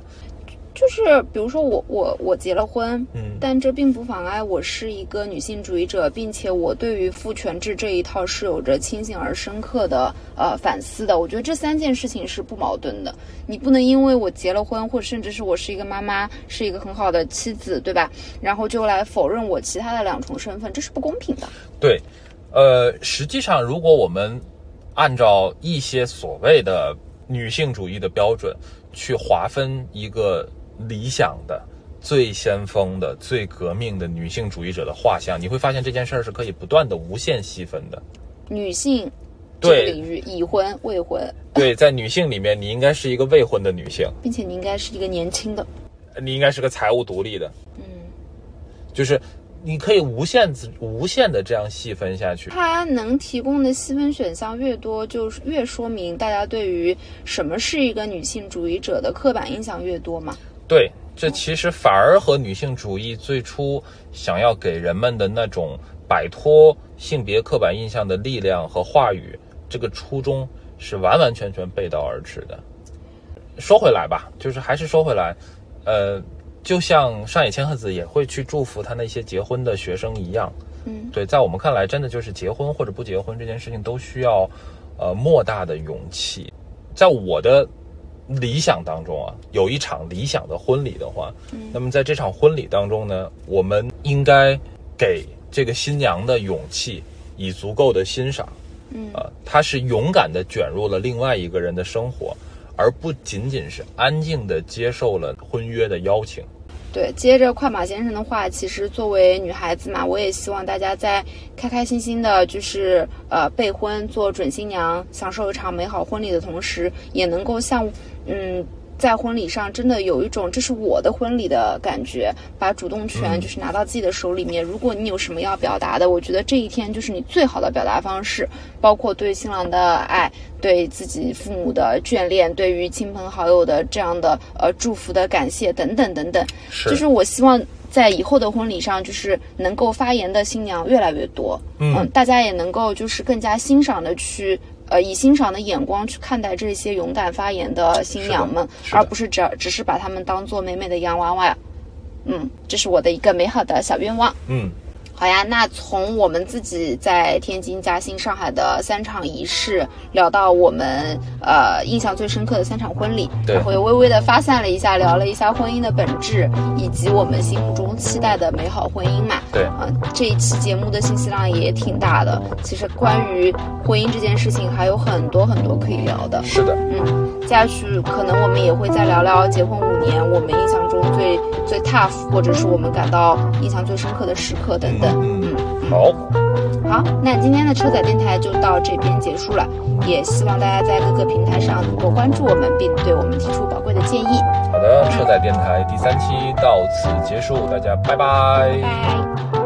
[SPEAKER 2] 就是比如说我我我结了婚，
[SPEAKER 1] 嗯
[SPEAKER 2] 但这并不妨碍我是一个女性主义者，并且我对于父权制这一套是有着清醒而深刻的呃反思的。我觉得这三件事情是不矛盾的。你不能因为我结了婚，或甚至是我是一个妈妈，是一个很好的妻子，对吧？然后就来否认我其他的两重身份，这是不公平的。
[SPEAKER 1] 对，呃，实际上如果我们按照一些所谓的女性主义的标准去划分一个理想的。最先锋的、最革命的女性主义者的画像，你会发现这件事儿是可以不断的无限细分的。
[SPEAKER 2] 女性这个
[SPEAKER 1] 对
[SPEAKER 2] 领域，已婚、未婚，
[SPEAKER 1] 对，在女性里面，你应该是一个未婚的女性，
[SPEAKER 2] 并且你应该是一个年轻的，
[SPEAKER 1] 你应该是个财务独立的，
[SPEAKER 2] 嗯。
[SPEAKER 1] 就是你可以无限次无限的这样细分下去。
[SPEAKER 2] 它能提供的细分选项越多，就是越说明大家对于什么是一个女性主义者的刻板印象越多嘛。
[SPEAKER 1] 对，这其实反而和女性主义最初想要给人们的那种摆脱性别刻板印象的力量和话语，这个初衷是完完全全背道而驰的。说回来吧，就是还是说回来，呃，就像上野千鹤子也会去祝福她那些结婚的学生一样，
[SPEAKER 2] 嗯，
[SPEAKER 1] 对，在我们看来，真的就是结婚或者不结婚这件事情都需要，呃，莫大的勇气。在我的理想当中啊，有一场理想的婚礼的话，那么在这场婚礼当中呢，我们应该给这个新娘的勇气以足够的欣赏。
[SPEAKER 2] 嗯
[SPEAKER 1] 啊，她是勇敢地卷入了另外一个人的生活，而不仅仅是安静地接受了婚约的邀请。
[SPEAKER 2] 对。接着快马先生的话，其实作为女孩子嘛，我也希望大家在开开心心的，就是呃备婚做准新娘，享受一场美好婚礼的同时，也能够像嗯。在婚礼上，真的有一种这是我的婚礼的感觉，把主动权就是拿到自己的手里面。如果你有什么要表达的，我觉得这一天就是你最好的表达方式，包括对新郎的爱、对自己父母的眷恋、对于亲朋好友的这样的呃祝福的感谢等等等等。
[SPEAKER 1] 是
[SPEAKER 2] 就是我希望在以后的婚礼上，就是能够发言的新娘越来越多，
[SPEAKER 1] 嗯
[SPEAKER 2] 大家也能够就是更加欣赏的去。呃，以欣赏的眼光去看待这些勇敢发言的新娘们，
[SPEAKER 1] 是的
[SPEAKER 2] 而不是只只是把她们当做美美的洋娃娃。嗯，这是我的一个美好的小愿望。
[SPEAKER 1] 嗯，
[SPEAKER 2] 好呀，那从我们自己在天津、嘉兴、上海的三场仪式，聊到我们呃印象最深刻的三场婚礼，
[SPEAKER 1] 对
[SPEAKER 2] 然后又微微的发散了一下，聊了一下婚姻的本质，以及我们心目中期待的美好婚姻嘛。
[SPEAKER 1] 对，
[SPEAKER 2] 嗯，这一期节目的信息量也挺大的，其实关于婚姻这件事情还有很多很多可以聊的。
[SPEAKER 1] 是的，
[SPEAKER 2] 接下去可能我们也会再聊聊结婚五年我们印象中最最 tough，或者是我们感到印象最深刻的时刻等等。
[SPEAKER 1] 嗯，好，
[SPEAKER 2] 好，那今天的车载电台就到这边结束了，也希望大家在各个平台上能够关注我们，并对我们提出宝贵的建议。
[SPEAKER 1] 好的，车载电台第三期到此结束，大家拜拜
[SPEAKER 2] 拜拜。